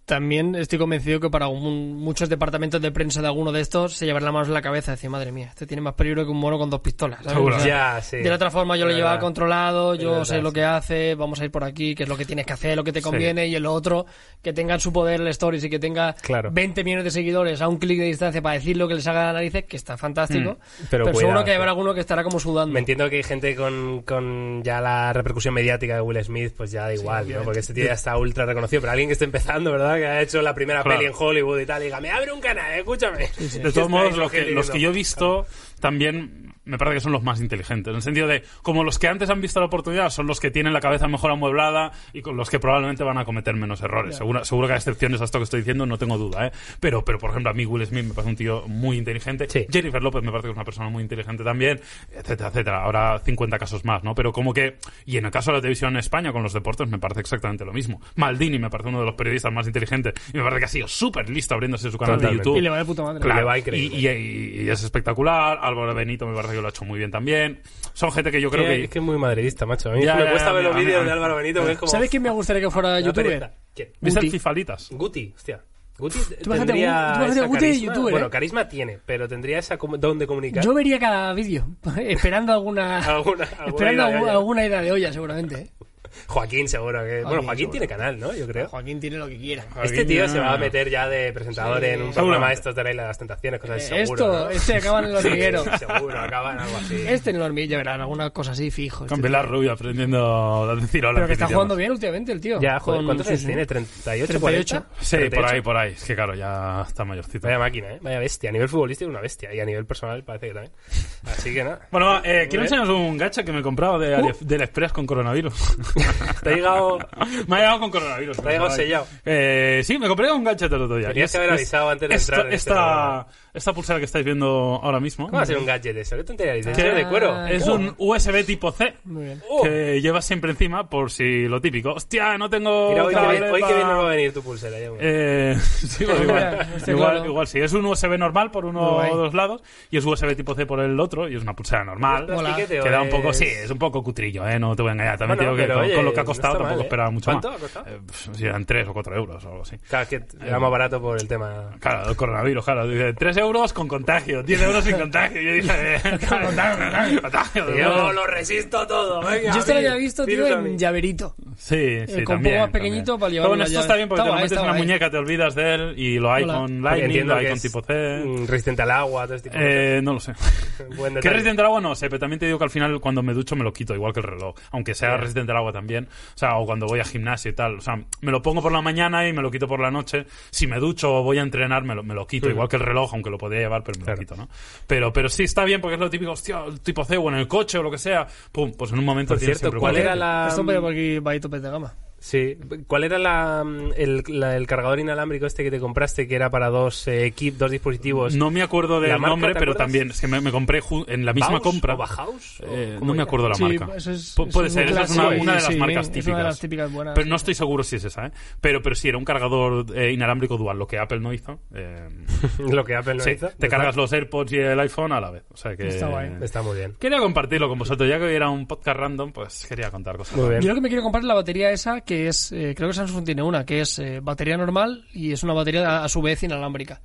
[SPEAKER 2] también estoy convencido que para un- muchos departamentos de prensa de alguno de estos se llevarán la mano en la cabeza y decir, madre mía, este tiene más peligro que un mono con dos pistolas. ¿sabes?
[SPEAKER 1] Seguro.
[SPEAKER 2] O sea,
[SPEAKER 3] Ya, sí.
[SPEAKER 2] De la otra forma, yo lo
[SPEAKER 3] Es
[SPEAKER 2] llevaba
[SPEAKER 3] verdad.
[SPEAKER 2] controlado, yo
[SPEAKER 3] verdad,
[SPEAKER 2] sé lo
[SPEAKER 3] sí.
[SPEAKER 2] que hace, vamos a ir por aquí, qué es lo que tienes que hacer, lo que te conviene, y el otro, que tenga en su poder el Stories y que tenga
[SPEAKER 3] Claro.
[SPEAKER 2] 20 millones de seguidores a un clic de distancia para decir lo que les haga la narices, que está fantástico.
[SPEAKER 3] Mm, pero
[SPEAKER 2] seguro
[SPEAKER 3] cuidado,
[SPEAKER 2] que habrá
[SPEAKER 3] sí.
[SPEAKER 2] alguno que estará como sudando.
[SPEAKER 3] Me entiendo que hay gente con, con ya la repercusión mediática de Will Smith, pues ya da igual, ¿no? Porque este tío ya está ultra reconocido. Pero alguien que esté empezando, ¿verdad? Que ha hecho la primera
[SPEAKER 1] Claro.
[SPEAKER 3] peli en Hollywood y tal, y diga, me abre un canal, escúchame.
[SPEAKER 1] De todos modos, los que,
[SPEAKER 3] Gente
[SPEAKER 1] los que yo he
[SPEAKER 3] diciendo,
[SPEAKER 1] visto también me parece que son los más inteligentes. En el sentido de, como los que antes han visto la oportunidad, son los que tienen la cabeza mejor amueblada y con los que probablemente van a cometer menos errores. Seguro, seguro que hay excepciones a esto que estoy diciendo, no tengo duda. ¿eh? Pero, pero, por ejemplo, a mí Will Smith me parece un tío muy inteligente.
[SPEAKER 3] Sí.
[SPEAKER 1] Jennifer López me parece que es una persona muy inteligente también, etcétera, etcétera. Ahora 50 casos más, ¿no? Pero como que... Y en el caso de la televisión en España, con los deportes, me parece exactamente lo mismo. Maldini me parece uno de los periodistas más inteligentes y me parece que ha sido súper listo abriéndose su canal
[SPEAKER 3] Totalmente.
[SPEAKER 1] de YouTube.
[SPEAKER 2] Y le va de puta madre.
[SPEAKER 1] Claro,
[SPEAKER 3] Le va increíble.
[SPEAKER 1] Y, y- y es espectacular. Álvaro Benito me parece que lo ha hecho muy bien también. Son gente que yo creo
[SPEAKER 3] Que-
[SPEAKER 1] que...
[SPEAKER 3] Es que es muy madridista, macho. A mí
[SPEAKER 1] Ya,
[SPEAKER 3] me
[SPEAKER 1] ya,
[SPEAKER 3] cuesta
[SPEAKER 1] ya,
[SPEAKER 3] ver
[SPEAKER 1] mira,
[SPEAKER 3] los
[SPEAKER 1] a mí-
[SPEAKER 3] vídeos
[SPEAKER 1] a mí-
[SPEAKER 3] de Álvaro Benito, porque es como...
[SPEAKER 2] ¿Sabes quién me gustaría que fuera
[SPEAKER 3] me da
[SPEAKER 2] youtuber?
[SPEAKER 3] pereza. ¿Quién?
[SPEAKER 1] ¿Viste el
[SPEAKER 2] Guti.
[SPEAKER 1] Fifalitas?
[SPEAKER 3] Guti, hostia. Guti
[SPEAKER 2] imagínate a Guti-
[SPEAKER 3] tendría
[SPEAKER 2] tú imagínate a
[SPEAKER 3] esa
[SPEAKER 2] Guti de
[SPEAKER 3] carisma.
[SPEAKER 2] youtuber,
[SPEAKER 3] bueno,
[SPEAKER 2] ¿eh?
[SPEAKER 3] carisma tiene, pero tendría esa com- don de comunicar.
[SPEAKER 2] Yo vería cada vídeo, esperando alguna,
[SPEAKER 3] Alguna- alguna
[SPEAKER 2] esperando
[SPEAKER 3] idea de
[SPEAKER 2] algu-
[SPEAKER 3] olla.
[SPEAKER 2] alguna idea de olla, seguramente. ¿eh?
[SPEAKER 3] Joaquín seguro que... bueno,
[SPEAKER 2] Joaquín,
[SPEAKER 3] Joaquín
[SPEAKER 2] seguro.
[SPEAKER 3] tiene canal, ¿no? Yo creo.
[SPEAKER 2] Joaquín tiene lo que quiera.
[SPEAKER 3] Este
[SPEAKER 1] Joaquín
[SPEAKER 3] tío
[SPEAKER 1] ya-
[SPEAKER 3] se va a meter ya de presentador en un
[SPEAKER 1] Seguro.
[SPEAKER 3] programa de estos de la isla de las tentaciones, cosas así,
[SPEAKER 2] Eh,
[SPEAKER 3] seguro.
[SPEAKER 2] esto,
[SPEAKER 3] ¿no?
[SPEAKER 2] este acaba en el hormiguero.
[SPEAKER 3] Sí, seguro, acaba en algo así.
[SPEAKER 2] Este en el hormiguero, ya verán, alguna cosa así fijo. este
[SPEAKER 1] Con
[SPEAKER 2] tío.
[SPEAKER 1] Pilar Rubio aprendiendo a decir hola.
[SPEAKER 2] Pero que está
[SPEAKER 1] en
[SPEAKER 2] jugando
[SPEAKER 1] idiomas.
[SPEAKER 2] bien últimamente el tío.
[SPEAKER 3] Ya, joder,
[SPEAKER 2] Con
[SPEAKER 3] ¿cuántos años
[SPEAKER 2] sus-
[SPEAKER 3] tiene? ¿38,
[SPEAKER 2] 38?
[SPEAKER 3] 40?
[SPEAKER 1] Sí,
[SPEAKER 3] 38.
[SPEAKER 1] por ahí, por ahí. Es que claro, ya está mayorcito.
[SPEAKER 3] Vaya máquina, ¿eh? Vaya bestia. A nivel futbolístico una bestia. Y a nivel personal parece que también. Así que nada.
[SPEAKER 1] Bueno, eh, quiero enseñaros un gacha que me he comprado de, Ali- del Express con coronavirus.
[SPEAKER 3] Uh. Te ha llegado...
[SPEAKER 1] me ha llegado con coronavirus.
[SPEAKER 3] Te ha llegado
[SPEAKER 1] Ay.
[SPEAKER 3] sellado.
[SPEAKER 1] Eh, sí, me compré un gadget el otro día.
[SPEAKER 3] Tenías
[SPEAKER 1] Y
[SPEAKER 3] que haber avisado antes de
[SPEAKER 1] esta,
[SPEAKER 3] entrar en este
[SPEAKER 1] esta,
[SPEAKER 3] programa.
[SPEAKER 1] esta pulsera que estáis viendo ahora mismo
[SPEAKER 3] ¿Cómo va a ser un gadget eso? ¿Qué tontería dices?
[SPEAKER 1] Ah,
[SPEAKER 3] ¿Es de cuero? Uh,
[SPEAKER 1] es un USB tipo C.
[SPEAKER 2] Muy bien.
[SPEAKER 3] Oh.
[SPEAKER 1] que llevas siempre encima por si lo típico. Hostia, no tengo.
[SPEAKER 3] Mira, hoy que,
[SPEAKER 1] otra
[SPEAKER 3] bien, hoy que bien
[SPEAKER 1] maleta.
[SPEAKER 3] no va a venir tu pulsera. ya, bueno.
[SPEAKER 1] Eh, sí, pues igual,
[SPEAKER 2] Mira, está
[SPEAKER 1] igual,
[SPEAKER 2] claro.
[SPEAKER 1] igual sí. Es un USB normal por uno
[SPEAKER 2] Muy
[SPEAKER 1] o
[SPEAKER 2] guay.
[SPEAKER 1] dos lados y es USB tipo C por el otro y es una pulsera normal.
[SPEAKER 2] Mola.
[SPEAKER 3] Plastiquete,
[SPEAKER 1] Queda
[SPEAKER 3] o
[SPEAKER 1] un poco,
[SPEAKER 3] es-
[SPEAKER 1] sí, es un poco cutrillo, ¿eh? no te voy a engañar. También
[SPEAKER 3] Bueno,
[SPEAKER 1] digo que
[SPEAKER 3] pero,
[SPEAKER 1] con,
[SPEAKER 3] oye,
[SPEAKER 1] con lo que ha
[SPEAKER 3] no
[SPEAKER 1] costado
[SPEAKER 3] está mal,
[SPEAKER 1] tampoco
[SPEAKER 3] ¿eh?
[SPEAKER 1] esperaba mucho
[SPEAKER 3] ¿Cuánto
[SPEAKER 1] más.
[SPEAKER 3] ha costado?
[SPEAKER 1] Eh, pf, si eran 3 o 4 euros o algo así.
[SPEAKER 3] Claro, que era más barato por el tema.
[SPEAKER 1] Claro, el coronavirus, claro. Dice, 3 euros con contagio, 10 euros sin contagio. Yo dije, contagio, contagio.
[SPEAKER 3] Yo lo resisto todo. venga,
[SPEAKER 2] Yo este lo
[SPEAKER 3] mira,
[SPEAKER 2] había visto,
[SPEAKER 3] tira
[SPEAKER 2] tío,
[SPEAKER 3] a mí.
[SPEAKER 2] en llaverito.
[SPEAKER 1] Sí, sí,
[SPEAKER 2] Eh, con
[SPEAKER 1] también,
[SPEAKER 2] un poco más
[SPEAKER 1] también.
[SPEAKER 2] pequeñito para
[SPEAKER 1] Pero
[SPEAKER 2] llevarlo
[SPEAKER 1] bueno, esto
[SPEAKER 2] ya-
[SPEAKER 1] está bien porque te lo
[SPEAKER 2] Estaba ahí,
[SPEAKER 1] metes en la
[SPEAKER 2] estaba ahí.
[SPEAKER 1] muñeca, te olvidas de él y lo hay
[SPEAKER 2] Hola.
[SPEAKER 1] con
[SPEAKER 3] Porque
[SPEAKER 1] Lightning, lo hay
[SPEAKER 3] que
[SPEAKER 1] con
[SPEAKER 3] es,
[SPEAKER 1] tipo C.
[SPEAKER 3] mm, Resistente al agua, todo este tipo de
[SPEAKER 1] Eh, no lo sé.
[SPEAKER 3] cosas. Buen
[SPEAKER 1] Que
[SPEAKER 3] detalle.
[SPEAKER 1] resistente al agua no sé, pero también te digo que al final cuando me ducho me lo quito, igual que el reloj. Aunque sea
[SPEAKER 3] Ya.
[SPEAKER 1] resistente al agua también. O sea, o cuando voy a gimnasio y tal. O sea, me lo pongo por la mañana y me lo quito por la noche. Si me ducho o voy a entrenar, me lo, me lo quito.
[SPEAKER 3] Ujú.
[SPEAKER 1] Igual que el reloj, aunque lo podría llevar, pero me
[SPEAKER 3] Claro.
[SPEAKER 1] lo quito, ¿no? Pero, pero sí está bien porque es lo típico, hostia, el tipo C o en el coche o lo que sea. Pum, pues en un momento
[SPEAKER 3] Por
[SPEAKER 1] tienes
[SPEAKER 3] cierto,
[SPEAKER 1] siempre
[SPEAKER 3] ¿cuál
[SPEAKER 1] cualquier-
[SPEAKER 3] era la. mm,
[SPEAKER 2] Esto
[SPEAKER 1] mm.
[SPEAKER 2] pero por aquí va a ir tope de gama.
[SPEAKER 3] Sí, ¿cuál era la, mm, el, la- el cargador inalámbrico este que te compraste que era para dos eh, equip, dos dispositivos?
[SPEAKER 1] No me acuerdo del
[SPEAKER 3] Pues, ¿La marca,
[SPEAKER 1] nombre,
[SPEAKER 3] te
[SPEAKER 1] pero
[SPEAKER 3] acuerdas?
[SPEAKER 1] también es que me, me compré ju- en la misma
[SPEAKER 3] ¿Baus
[SPEAKER 1] compra.
[SPEAKER 3] o Bauhaus? ¿O
[SPEAKER 1] Eh,
[SPEAKER 3] cómo
[SPEAKER 1] no me
[SPEAKER 3] era?
[SPEAKER 1] acuerdo la
[SPEAKER 2] Sí,
[SPEAKER 1] marca.
[SPEAKER 2] eso es-
[SPEAKER 1] Pu-
[SPEAKER 2] eso
[SPEAKER 1] puede
[SPEAKER 2] es
[SPEAKER 1] ser,
[SPEAKER 2] muy
[SPEAKER 1] esa es una,
[SPEAKER 2] clásico,
[SPEAKER 1] una de
[SPEAKER 2] sí,
[SPEAKER 1] las
[SPEAKER 2] sí,
[SPEAKER 1] marcas
[SPEAKER 2] es
[SPEAKER 1] típicas.
[SPEAKER 2] una de las típicas buenas.
[SPEAKER 1] Pero no estoy seguro si es esa, ¿eh? Pero, pero sí, era un cargador eh, inalámbrico dual, lo que Apple no hizo. eh,
[SPEAKER 3] Lo que Apple no
[SPEAKER 1] sí,
[SPEAKER 3] hizo.
[SPEAKER 1] te cargas los AirPods y el iPhone a la vez. O sea que.
[SPEAKER 2] Está guay.
[SPEAKER 3] Está muy bien.
[SPEAKER 1] Quería compartirlo con vosotros, ya que era un podcast random, pues quería contar cosas.
[SPEAKER 3] Muy bien.
[SPEAKER 2] Yo lo que me quiero comprar es la batería esa, que es, eh, creo que Samsung tiene una, que es eh, batería normal y es una batería a, a su vez inalámbrica.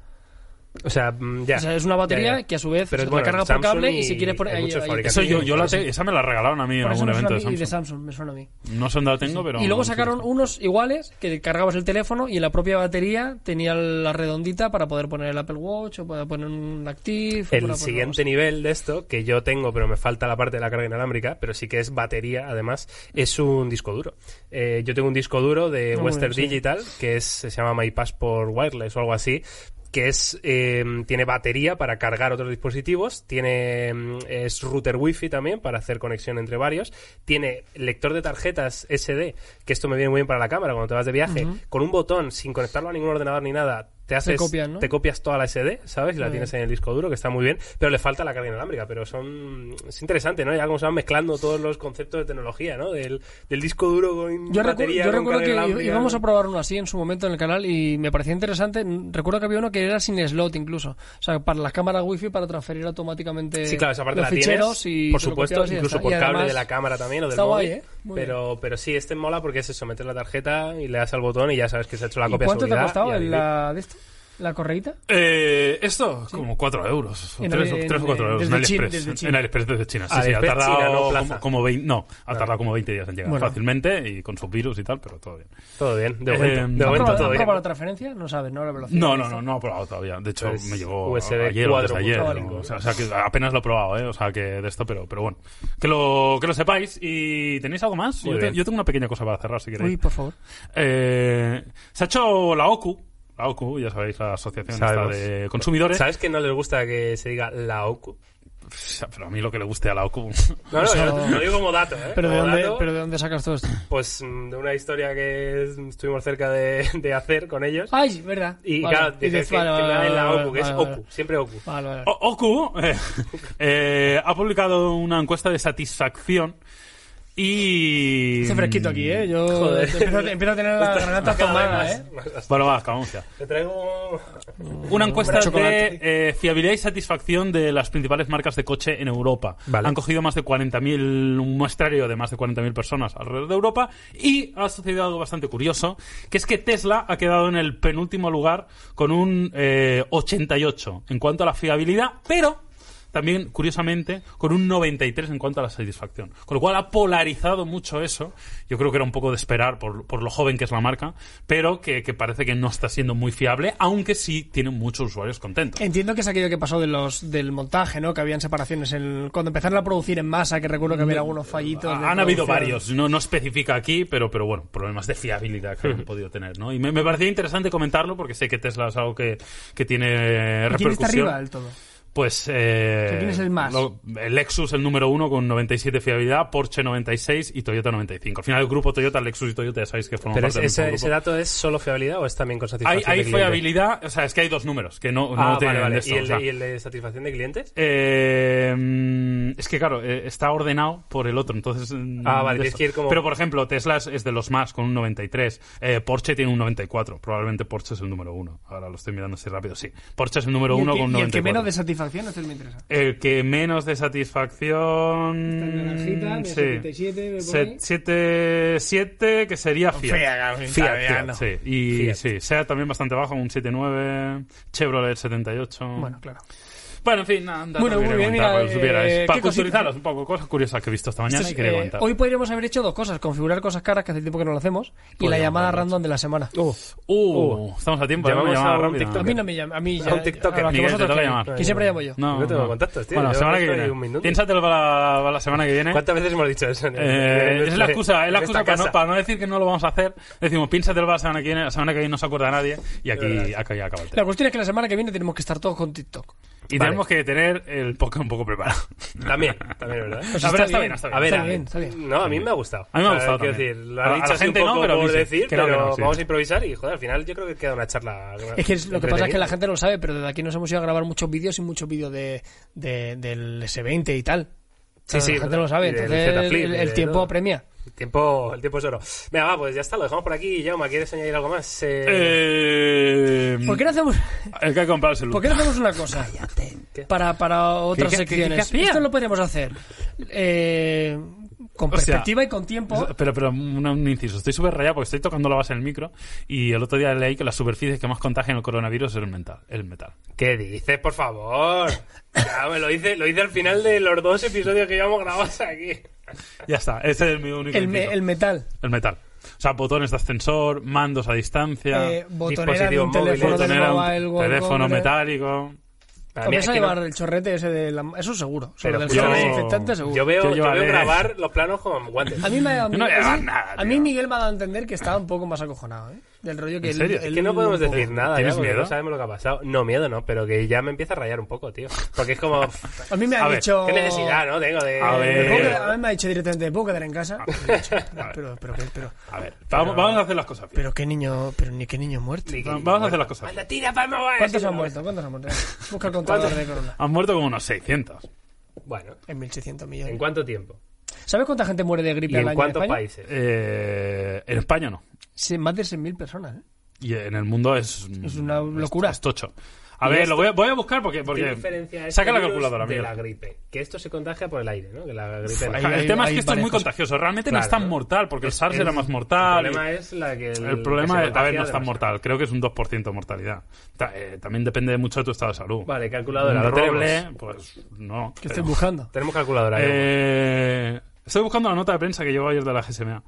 [SPEAKER 3] O sea, mm, ya.
[SPEAKER 2] O sea, es una batería que a su vez
[SPEAKER 3] Pero
[SPEAKER 2] se
[SPEAKER 3] bueno,
[SPEAKER 2] recarga por
[SPEAKER 3] Samsung
[SPEAKER 2] cable y,
[SPEAKER 3] y-
[SPEAKER 2] si quieres poner
[SPEAKER 3] hay
[SPEAKER 2] ahí,
[SPEAKER 3] muchos
[SPEAKER 2] ahí-
[SPEAKER 3] fabricantes.
[SPEAKER 1] Eso yo, yo la te- esa me la regalaron a mí en
[SPEAKER 2] Por eso
[SPEAKER 1] algún
[SPEAKER 2] me suena
[SPEAKER 1] evento de
[SPEAKER 2] a mí- y
[SPEAKER 1] Samsung.
[SPEAKER 2] de Samsung, me suena a mí.
[SPEAKER 1] No sé dónde la tengo, pero.
[SPEAKER 2] y luego
[SPEAKER 1] no sé
[SPEAKER 2] sacaron unos iguales que cargabas el teléfono y en la propia batería tenía la redondita para poder poner el Apple Watch o para poner un Active. o para
[SPEAKER 3] El
[SPEAKER 2] poner-
[SPEAKER 3] siguiente nivel de esto, que yo tengo, pero me falta la parte de la carga inalámbrica, pero sí que es batería, además, es un disco duro. Eh, yo tengo un disco duro de
[SPEAKER 2] Ah,
[SPEAKER 3] Western
[SPEAKER 2] bueno, sí.
[SPEAKER 3] Digital, que es, se llama My Passport Wireless o algo así, que es eh, tiene batería para cargar otros dispositivos, tiene mm, es router wifi también para hacer conexión entre varios, tiene lector de tarjetas SD, que esto me viene muy bien para la cámara cuando te vas de viaje, con un botón sin conectarlo a ningún ordenador ni nada, te haces
[SPEAKER 2] copian, ¿no?
[SPEAKER 3] te copias toda la SD, ¿sabes? Y la
[SPEAKER 2] Muy
[SPEAKER 3] tienes
[SPEAKER 2] bien.
[SPEAKER 3] en el disco duro, que está muy bien, pero le falta la carga inalámbrica, pero son es interesante, ¿no? Ya como se van mezclando todos los conceptos de tecnología, ¿no? Del, del disco duro con
[SPEAKER 2] Yo, recu-
[SPEAKER 3] batería,
[SPEAKER 2] yo
[SPEAKER 3] con
[SPEAKER 2] recuerdo
[SPEAKER 3] carga
[SPEAKER 2] que
[SPEAKER 3] inalámbrica,
[SPEAKER 2] íbamos
[SPEAKER 3] ¿no?
[SPEAKER 2] a probar uno así en su momento en el canal y me parecía interesante. Recuerdo que había uno que era sin slot incluso. O sea, para las cámaras wifi para transferir automáticamente
[SPEAKER 3] Sí, claro, esa parte
[SPEAKER 2] los
[SPEAKER 3] la
[SPEAKER 2] ficheros
[SPEAKER 3] tienes,
[SPEAKER 2] y
[SPEAKER 3] por
[SPEAKER 2] te lo
[SPEAKER 3] supuesto,
[SPEAKER 2] copiabas y ya
[SPEAKER 3] incluso
[SPEAKER 2] está.
[SPEAKER 3] por
[SPEAKER 2] Y
[SPEAKER 3] cable
[SPEAKER 2] además-
[SPEAKER 3] de la cámara también o del
[SPEAKER 2] está guay,
[SPEAKER 3] móvil.
[SPEAKER 2] ¿eh? Muy
[SPEAKER 3] pero, pero sí, este mola porque es eso, metes la tarjeta y le das al botón y ya sabes que se ha hecho la
[SPEAKER 2] ¿Y
[SPEAKER 3] copia
[SPEAKER 2] cuánto te
[SPEAKER 3] de
[SPEAKER 2] ha
[SPEAKER 3] seguridad y
[SPEAKER 2] costado
[SPEAKER 3] a vivir.
[SPEAKER 2] la, de esto? ¿La correíta?
[SPEAKER 1] Eh, esto, como 4 euros.
[SPEAKER 2] En-
[SPEAKER 1] 3
[SPEAKER 2] en-
[SPEAKER 1] o 4 euros.
[SPEAKER 2] desde
[SPEAKER 1] en
[SPEAKER 2] China,
[SPEAKER 1] AliExpress.
[SPEAKER 2] desde China.
[SPEAKER 1] En AliExpress desde China. Sí,
[SPEAKER 3] Ah,
[SPEAKER 1] sí, ha
[SPEAKER 3] AliExpress
[SPEAKER 1] tardado
[SPEAKER 3] China, no, plaza.
[SPEAKER 1] como, como 20, no, ha tardado como 20 días en llegar
[SPEAKER 2] Bueno.
[SPEAKER 1] fácilmente y con sus virus y tal, pero todo bien.
[SPEAKER 3] Todo bien, de
[SPEAKER 1] Eh,
[SPEAKER 3] momento, de
[SPEAKER 1] ¿ha
[SPEAKER 2] ¿Has
[SPEAKER 3] momento
[SPEAKER 2] probado,
[SPEAKER 3] todo
[SPEAKER 2] has
[SPEAKER 3] bien.
[SPEAKER 2] probado la transferencia? No sabes, ¿no? La velocidad.
[SPEAKER 1] No, no, no, no he probado todavía. De hecho,
[SPEAKER 3] Pues
[SPEAKER 1] me llegó
[SPEAKER 3] USB
[SPEAKER 1] ayer o desde
[SPEAKER 3] 4.5,
[SPEAKER 1] ayer.
[SPEAKER 3] ¿no?
[SPEAKER 1] O sea, o sea, que apenas lo he probado, ¿eh? O sea, que de esto, pero, pero bueno. Que lo, que lo sepáis. ¿Y tenéis algo más?
[SPEAKER 3] Muy
[SPEAKER 1] Yo, te-
[SPEAKER 3] bien.
[SPEAKER 1] yo tengo una pequeña cosa para cerrar, si queréis.
[SPEAKER 2] Uy, pues. por favor.
[SPEAKER 1] Eh, se ha hecho la OCU. La OCU, ya sabéis, la Asociación esta
[SPEAKER 3] Sabemos.
[SPEAKER 1] de Consumidores.
[SPEAKER 3] ¿Sabes que no les gusta que se diga la OCU?
[SPEAKER 1] Pero a mí lo que le guste a la OCU.
[SPEAKER 3] No, no,
[SPEAKER 2] Eso-
[SPEAKER 3] yo lo digo como dato, ¿eh?
[SPEAKER 2] ¿Pero de,
[SPEAKER 3] Como
[SPEAKER 2] dónde,
[SPEAKER 3] dato,
[SPEAKER 2] ¿Pero de dónde sacas todo esto?
[SPEAKER 3] Pues mm, de una historia que es- estuvimos cerca de, de hacer con ellos.
[SPEAKER 2] ¡Ay, verdad!
[SPEAKER 3] Y
[SPEAKER 2] Vale.
[SPEAKER 3] claro, dije
[SPEAKER 2] dices,
[SPEAKER 3] que,
[SPEAKER 2] vale,
[SPEAKER 3] que
[SPEAKER 2] vale,
[SPEAKER 3] me den la
[SPEAKER 2] vale,
[SPEAKER 3] OCU, que es
[SPEAKER 2] vale, vale.
[SPEAKER 3] OCU, Oh. siempre OCU.
[SPEAKER 2] Vale, vale.
[SPEAKER 1] O- Ocu eh, eh, ha publicado una encuesta de satisfacción y... mm,
[SPEAKER 2] Hace fresquito aquí, ¿eh? Yo
[SPEAKER 3] Joder.
[SPEAKER 2] empiezo, a- empiezo a tener la garganta
[SPEAKER 3] Cada vez
[SPEAKER 2] tomada, ¿eh?
[SPEAKER 3] más, más.
[SPEAKER 1] Bueno, va, acabamos ya.
[SPEAKER 3] Te traigo...
[SPEAKER 1] Una encuesta
[SPEAKER 3] Hombre, chocolate.
[SPEAKER 1] de eh, fiabilidad y satisfacción de las principales marcas de coche en Europa.
[SPEAKER 3] Vale.
[SPEAKER 1] Han cogido más de 40.000, un muestrario de más de 40.000 personas alrededor de Europa y ha sucedido algo bastante curioso, que es que Tesla ha quedado en el penúltimo lugar con un eh, 88 en cuanto a la fiabilidad, pero también, curiosamente, con un 93 en cuanto a la satisfacción. Con lo cual ha polarizado mucho eso. Yo creo que era un poco de esperar por, por lo joven que es la marca, pero que, que parece que no está siendo muy fiable, aunque sí tiene muchos usuarios contentos.
[SPEAKER 2] Entiendo que es aquello que pasó de los, del montaje, ¿no? Que habían separaciones. en- cuando empezaron a producir en masa, que recuerdo que había algunos fallitos. de
[SPEAKER 1] Ah, Han habido
[SPEAKER 2] producción.
[SPEAKER 1] varios, no, no especifica aquí, pero, pero bueno, problemas de fiabilidad que han podido tener, ¿no? Y me, me parecía interesante comentarlo porque sé que Tesla es algo que, que tiene
[SPEAKER 2] ¿Y ¿Quién está
[SPEAKER 1] repercusión.
[SPEAKER 2] arriba del todo?
[SPEAKER 1] Pues eh,
[SPEAKER 2] ¿Quién es el más?
[SPEAKER 1] lo- el Lexus el número uno con 97 fiabilidad, Porsche 96 y Toyota 95. Al final el grupo Toyota, Lexus y Toyota ya sabéis que forman
[SPEAKER 3] Pero
[SPEAKER 1] parte
[SPEAKER 3] ese,
[SPEAKER 1] del mismo
[SPEAKER 3] ese,
[SPEAKER 1] grupo.
[SPEAKER 3] ese dato es solo fiabilidad o es también con
[SPEAKER 1] Hay,
[SPEAKER 3] satisfacción
[SPEAKER 1] hay
[SPEAKER 3] de cliente?
[SPEAKER 1] fiabilidad, o sea, es que hay dos números que no, no
[SPEAKER 3] Ah, vale,
[SPEAKER 1] tienen
[SPEAKER 3] vale.
[SPEAKER 1] esto,
[SPEAKER 3] ¿Y,
[SPEAKER 1] o
[SPEAKER 3] el
[SPEAKER 1] sea,
[SPEAKER 3] de, y el de satisfacción de clientes?
[SPEAKER 1] eh, mm, es que claro, eh, está ordenado por el otro, entonces... mm,
[SPEAKER 3] Ah, vale,
[SPEAKER 1] de
[SPEAKER 3] tienes
[SPEAKER 1] esto.
[SPEAKER 3] que ir como-
[SPEAKER 1] Pero por ejemplo, Tesla es, es de los más, con un 93. Eh, Porsche tiene un 94. Probablemente Porsche es el número uno. Ahora lo estoy mirando así rápido, sí. Porsche es el número
[SPEAKER 2] Y el
[SPEAKER 1] uno
[SPEAKER 2] que-
[SPEAKER 1] con un
[SPEAKER 2] y el
[SPEAKER 1] 94.
[SPEAKER 2] que menos de satisfacción, este me interesa.
[SPEAKER 1] El que menos de
[SPEAKER 2] Esta
[SPEAKER 1] satisfacción.
[SPEAKER 2] naranjita de
[SPEAKER 1] sí.
[SPEAKER 2] 77 me pone.
[SPEAKER 1] Se- siete- siete, que sería Fiat. Fiat, Fiat, sí. Y
[SPEAKER 3] Fiat.
[SPEAKER 1] sí, sea también bastante bajo, un 7.9, Chevrolet 78.
[SPEAKER 3] Mm.
[SPEAKER 2] Bueno, claro.
[SPEAKER 1] Bueno, en fin, nada, nada,
[SPEAKER 2] Bueno,
[SPEAKER 1] no
[SPEAKER 2] muy
[SPEAKER 1] quería
[SPEAKER 2] bien,
[SPEAKER 1] contar,
[SPEAKER 2] mira,
[SPEAKER 1] pues, supierais.
[SPEAKER 2] eh,
[SPEAKER 1] Para
[SPEAKER 2] ¿qué cosita?
[SPEAKER 1] culturalizaros un poco, cosas curiosas que he visto esta mañana
[SPEAKER 2] Entonces,
[SPEAKER 1] y quería
[SPEAKER 2] eh,
[SPEAKER 1] contar.
[SPEAKER 2] hoy podríamos haber hecho dos cosas, configurar cosas caras que hace tiempo que no lo hacemos y la
[SPEAKER 1] Podríamos
[SPEAKER 2] llamada
[SPEAKER 1] haberlo
[SPEAKER 2] random de la semana.
[SPEAKER 1] Uh, estamos a tiempo, ¿eh?
[SPEAKER 3] Llamamos
[SPEAKER 1] Una llamada
[SPEAKER 3] a un
[SPEAKER 1] rápida.
[SPEAKER 3] TikToker.
[SPEAKER 2] A mí no me llama, a mí
[SPEAKER 3] A
[SPEAKER 2] ya-
[SPEAKER 3] un tiktoker.
[SPEAKER 2] a los que
[SPEAKER 1] Miguel, te
[SPEAKER 2] vosotros
[SPEAKER 1] toca
[SPEAKER 2] que-
[SPEAKER 1] llamar.
[SPEAKER 2] que siempre llamo yo.
[SPEAKER 3] No tengo contactos, tío.
[SPEAKER 1] Bueno, la
[SPEAKER 3] Yo
[SPEAKER 1] semana que
[SPEAKER 3] estoy
[SPEAKER 1] viene.
[SPEAKER 3] un minuto.
[SPEAKER 1] Piénsatelo para, la- para la semana que viene.
[SPEAKER 3] ¿Cuántas veces hemos dicho eso? en el- en
[SPEAKER 1] Eh, es la
[SPEAKER 3] nuestra-
[SPEAKER 1] excusa, es la
[SPEAKER 3] en
[SPEAKER 1] excusa
[SPEAKER 3] esta
[SPEAKER 1] para no,
[SPEAKER 3] casa?
[SPEAKER 1] para no decir que no lo vamos a hacer. Decimos, piénsatelo para la semana que viene. La semana que viene no se acuerda nadie y aquí,
[SPEAKER 3] verdad.
[SPEAKER 1] acá ya acaba el tema.
[SPEAKER 2] La cuestión es que la semana que viene tenemos que estar todos con TikTok.
[SPEAKER 1] Y
[SPEAKER 3] Vale.
[SPEAKER 1] tenemos que tener el podcast un poco preparado.
[SPEAKER 3] También, también, ¿verdad?
[SPEAKER 2] Pues
[SPEAKER 1] A ver, está
[SPEAKER 2] está bien.
[SPEAKER 1] bien, está bien.
[SPEAKER 3] A ver,
[SPEAKER 2] Está
[SPEAKER 3] a
[SPEAKER 2] bien,
[SPEAKER 3] ver.
[SPEAKER 2] está bien.
[SPEAKER 3] No, a mí me ha gustado.
[SPEAKER 1] A mí me ha
[SPEAKER 3] O sea,
[SPEAKER 1] gustado
[SPEAKER 3] quiero
[SPEAKER 1] también.
[SPEAKER 3] decir, lo
[SPEAKER 1] A-
[SPEAKER 3] han
[SPEAKER 1] a
[SPEAKER 3] dicho
[SPEAKER 1] la
[SPEAKER 3] así un
[SPEAKER 1] gente no,
[SPEAKER 3] poco
[SPEAKER 1] pero
[SPEAKER 3] por
[SPEAKER 1] dicen
[SPEAKER 3] decir,
[SPEAKER 1] que no,
[SPEAKER 3] pero
[SPEAKER 1] que no, sí.
[SPEAKER 3] vamos a improvisar y, joder, al final yo creo que queda una charla...
[SPEAKER 2] Es que es- lo que pasa es que la gente no lo sabe, pero desde aquí nos hemos ido a grabar muchos vídeos y muchos vídeos de, de- del S20 y tal.
[SPEAKER 3] Sí,
[SPEAKER 2] O sea,
[SPEAKER 3] sí,
[SPEAKER 2] La gente
[SPEAKER 3] verdad.
[SPEAKER 2] no lo sabe,
[SPEAKER 3] Y del
[SPEAKER 2] entonces
[SPEAKER 3] Z Flip
[SPEAKER 2] el,
[SPEAKER 3] y
[SPEAKER 2] el
[SPEAKER 3] de
[SPEAKER 2] tiempo
[SPEAKER 3] todo.
[SPEAKER 2] apremia.
[SPEAKER 3] El tiempo, el tiempo es oro. Venga, va, pues ya está, lo dejamos por aquí. Jauma, ¿quieres añadir algo más? Eh,
[SPEAKER 1] Eh,
[SPEAKER 2] ¿Por qué no hacemos,
[SPEAKER 1] El que ha comprado el celular.
[SPEAKER 2] por qué no hacemos una cosa?
[SPEAKER 3] ¿Qué?
[SPEAKER 2] Para, para otras
[SPEAKER 1] qué- qué- qué
[SPEAKER 2] secciones.
[SPEAKER 1] hacía?
[SPEAKER 2] Esto lo podríamos hacer eh, con
[SPEAKER 1] O sea,
[SPEAKER 2] perspectiva y con tiempo.
[SPEAKER 1] Pero, pero un, un inciso, estoy súper rayado porque estoy tocando la base en el micro y el otro día leí que las superficies que más contagian el coronavirus es el metal. El metal.
[SPEAKER 3] ¿Qué dices, por favor? Ya, me lo hice, lo hice al final de los dos episodios que llevamos grabados aquí.
[SPEAKER 1] Ya está, ese es mi único
[SPEAKER 2] El, me-
[SPEAKER 1] inciso.
[SPEAKER 2] el metal.
[SPEAKER 1] El metal. O sea, botones de ascensor, mandos a distancia,
[SPEAKER 2] Eh, botonera de
[SPEAKER 3] dispositivos
[SPEAKER 2] un teléfono,
[SPEAKER 3] móviles,
[SPEAKER 2] de
[SPEAKER 1] botonera, un
[SPEAKER 2] mobile, World
[SPEAKER 1] teléfono
[SPEAKER 2] Congress.
[SPEAKER 1] metálico.
[SPEAKER 3] A mí es
[SPEAKER 2] Comienza a
[SPEAKER 3] que no-
[SPEAKER 2] llevar el chorrete ese de la... Eso seguro. O sea,
[SPEAKER 3] Pero
[SPEAKER 2] del
[SPEAKER 3] yo-
[SPEAKER 2] gel desinfectante seguro.
[SPEAKER 3] Yo veo,
[SPEAKER 1] Yo
[SPEAKER 3] yo
[SPEAKER 1] llevaré-
[SPEAKER 3] veo grabar los planos con guantes.
[SPEAKER 2] A mí me ha dado...
[SPEAKER 1] Yo no voy a
[SPEAKER 2] a mí-
[SPEAKER 1] llevar nada,
[SPEAKER 2] a mí
[SPEAKER 1] tío.
[SPEAKER 2] Miguel me ha dado a entender que estaba un poco más acojonado, ¿eh? Del rollo que...
[SPEAKER 1] ¿En
[SPEAKER 2] él-
[SPEAKER 1] serio?
[SPEAKER 2] él
[SPEAKER 1] Es
[SPEAKER 3] Es que no podemos
[SPEAKER 2] un poco-
[SPEAKER 3] decir nada, ya,
[SPEAKER 1] ¿Tienes
[SPEAKER 3] porque
[SPEAKER 1] miedo?
[SPEAKER 3] no sabemos lo que ha pasado. No, miedo no, pero que ya me empieza a rayar un poco, tío. Porque es como...
[SPEAKER 2] A mí me
[SPEAKER 1] A
[SPEAKER 2] ha
[SPEAKER 1] ver, Eh,
[SPEAKER 2] dicho...
[SPEAKER 3] ¿Qué necesidad, no? Tengo de...
[SPEAKER 1] A ver.
[SPEAKER 2] Me puedo quedar- A mí me ha dicho directamente, ¿puedo quedar en casa? Me ha dicho, "No,
[SPEAKER 1] Ah,
[SPEAKER 2] pero, pero, qué- pero,
[SPEAKER 1] A ver, vamos, vamos a hacer las cosas bien.
[SPEAKER 2] pero qué niño, pero ni qué niño muerto.
[SPEAKER 3] Ni-
[SPEAKER 1] Vamos a hacer las cosas bien.
[SPEAKER 3] Anda, tira, palma, vaya,
[SPEAKER 2] ¿Cuántos
[SPEAKER 3] sí,
[SPEAKER 2] han
[SPEAKER 3] no.
[SPEAKER 2] muerto? ¿Cuántos han muerto? Busca el contador de corona.
[SPEAKER 1] Han muerto como unos 600.
[SPEAKER 3] Bueno,
[SPEAKER 2] En 1.600
[SPEAKER 3] ¿en
[SPEAKER 2] millones.
[SPEAKER 3] cuánto tiempo?
[SPEAKER 2] ¿Sabes cuánta gente muere de gripe
[SPEAKER 3] ¿Y
[SPEAKER 2] al
[SPEAKER 3] en
[SPEAKER 2] año
[SPEAKER 3] cuántos
[SPEAKER 2] en España?
[SPEAKER 3] países?
[SPEAKER 1] Eh, en España no.
[SPEAKER 2] Sí, más de 6.000 personas, ¿eh?
[SPEAKER 1] Y en el mundo es...
[SPEAKER 2] Es una locura.
[SPEAKER 1] Es tocho. A
[SPEAKER 3] Y
[SPEAKER 1] ver,
[SPEAKER 3] esto-
[SPEAKER 1] lo voy a, voy a buscar porque...
[SPEAKER 3] ¿Qué
[SPEAKER 1] porque
[SPEAKER 3] diferencia es
[SPEAKER 1] saca
[SPEAKER 3] del
[SPEAKER 2] este
[SPEAKER 1] la
[SPEAKER 3] virus
[SPEAKER 1] calculadora,
[SPEAKER 3] de
[SPEAKER 1] Miguel.
[SPEAKER 3] la gripe? Que esto se contagia por el aire, ¿no? Que la gripe no.
[SPEAKER 1] O
[SPEAKER 2] Ahí-
[SPEAKER 1] sea, el
[SPEAKER 2] ahí-
[SPEAKER 1] tema es
[SPEAKER 2] hay
[SPEAKER 1] que esto es
[SPEAKER 2] varias
[SPEAKER 1] muy
[SPEAKER 2] cosas.
[SPEAKER 1] contagioso. Realmente no
[SPEAKER 3] Claro,
[SPEAKER 1] es tan
[SPEAKER 3] ¿no?
[SPEAKER 1] mortal, porque el SARS
[SPEAKER 3] Es-
[SPEAKER 1] era más mortal. y-
[SPEAKER 3] El problema es la que... El,
[SPEAKER 1] El
[SPEAKER 3] que
[SPEAKER 1] problema
[SPEAKER 3] se
[SPEAKER 1] es, a ver, no
[SPEAKER 3] contagia
[SPEAKER 1] es tan
[SPEAKER 3] demasiado.
[SPEAKER 1] mortal, creo que es un 2% de mortalidad. Ta- eh, también depende mucho de tu estado de salud.
[SPEAKER 3] Vale, calculadora,
[SPEAKER 1] Un
[SPEAKER 3] lo
[SPEAKER 1] roble,
[SPEAKER 3] tenemos.
[SPEAKER 1] pues no.
[SPEAKER 2] Que
[SPEAKER 1] pero-
[SPEAKER 2] estoy buscando.
[SPEAKER 3] Tenemos calculadora. ¿eh?
[SPEAKER 1] Eh, estoy buscando la nota de prensa que llegó ayer de la GSMA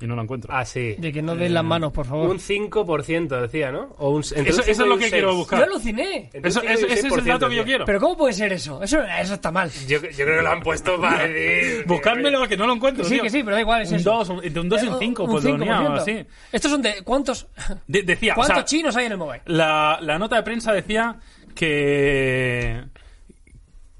[SPEAKER 1] y no la encuentro.
[SPEAKER 3] Ah, sí.
[SPEAKER 2] De que no den las manos, por favor.
[SPEAKER 3] Un 5% decía, ¿no? O un, entre un
[SPEAKER 1] eso, eso es
[SPEAKER 3] cinco y
[SPEAKER 1] lo
[SPEAKER 3] un
[SPEAKER 1] que
[SPEAKER 3] seis.
[SPEAKER 1] quiero buscar.
[SPEAKER 2] Yo aluciné.
[SPEAKER 3] Entre un
[SPEAKER 1] Eso-
[SPEAKER 3] cinco y
[SPEAKER 1] eso- ese
[SPEAKER 3] un
[SPEAKER 1] es el
[SPEAKER 3] 6%,
[SPEAKER 1] dato que yo
[SPEAKER 3] tío.
[SPEAKER 1] quiero.
[SPEAKER 2] Pero ¿cómo puede ser eso? Eso, eso está mal.
[SPEAKER 3] Yo, yo creo que lo han puesto para decir...
[SPEAKER 1] Buscármelo que no lo encuentro.
[SPEAKER 2] Sí,
[SPEAKER 1] tío.
[SPEAKER 2] que sí, pero da igual. Es
[SPEAKER 1] Un
[SPEAKER 2] eso. Eh,
[SPEAKER 1] 2, entre un 2 y un 5, pues lo
[SPEAKER 2] 5%.
[SPEAKER 1] ponía, o así.
[SPEAKER 2] Estos son de... ¿Cuántos,
[SPEAKER 1] De- decía, o
[SPEAKER 2] cuántos
[SPEAKER 1] sea,
[SPEAKER 2] chinos hay en el mobile?
[SPEAKER 1] La, la nota de prensa decía que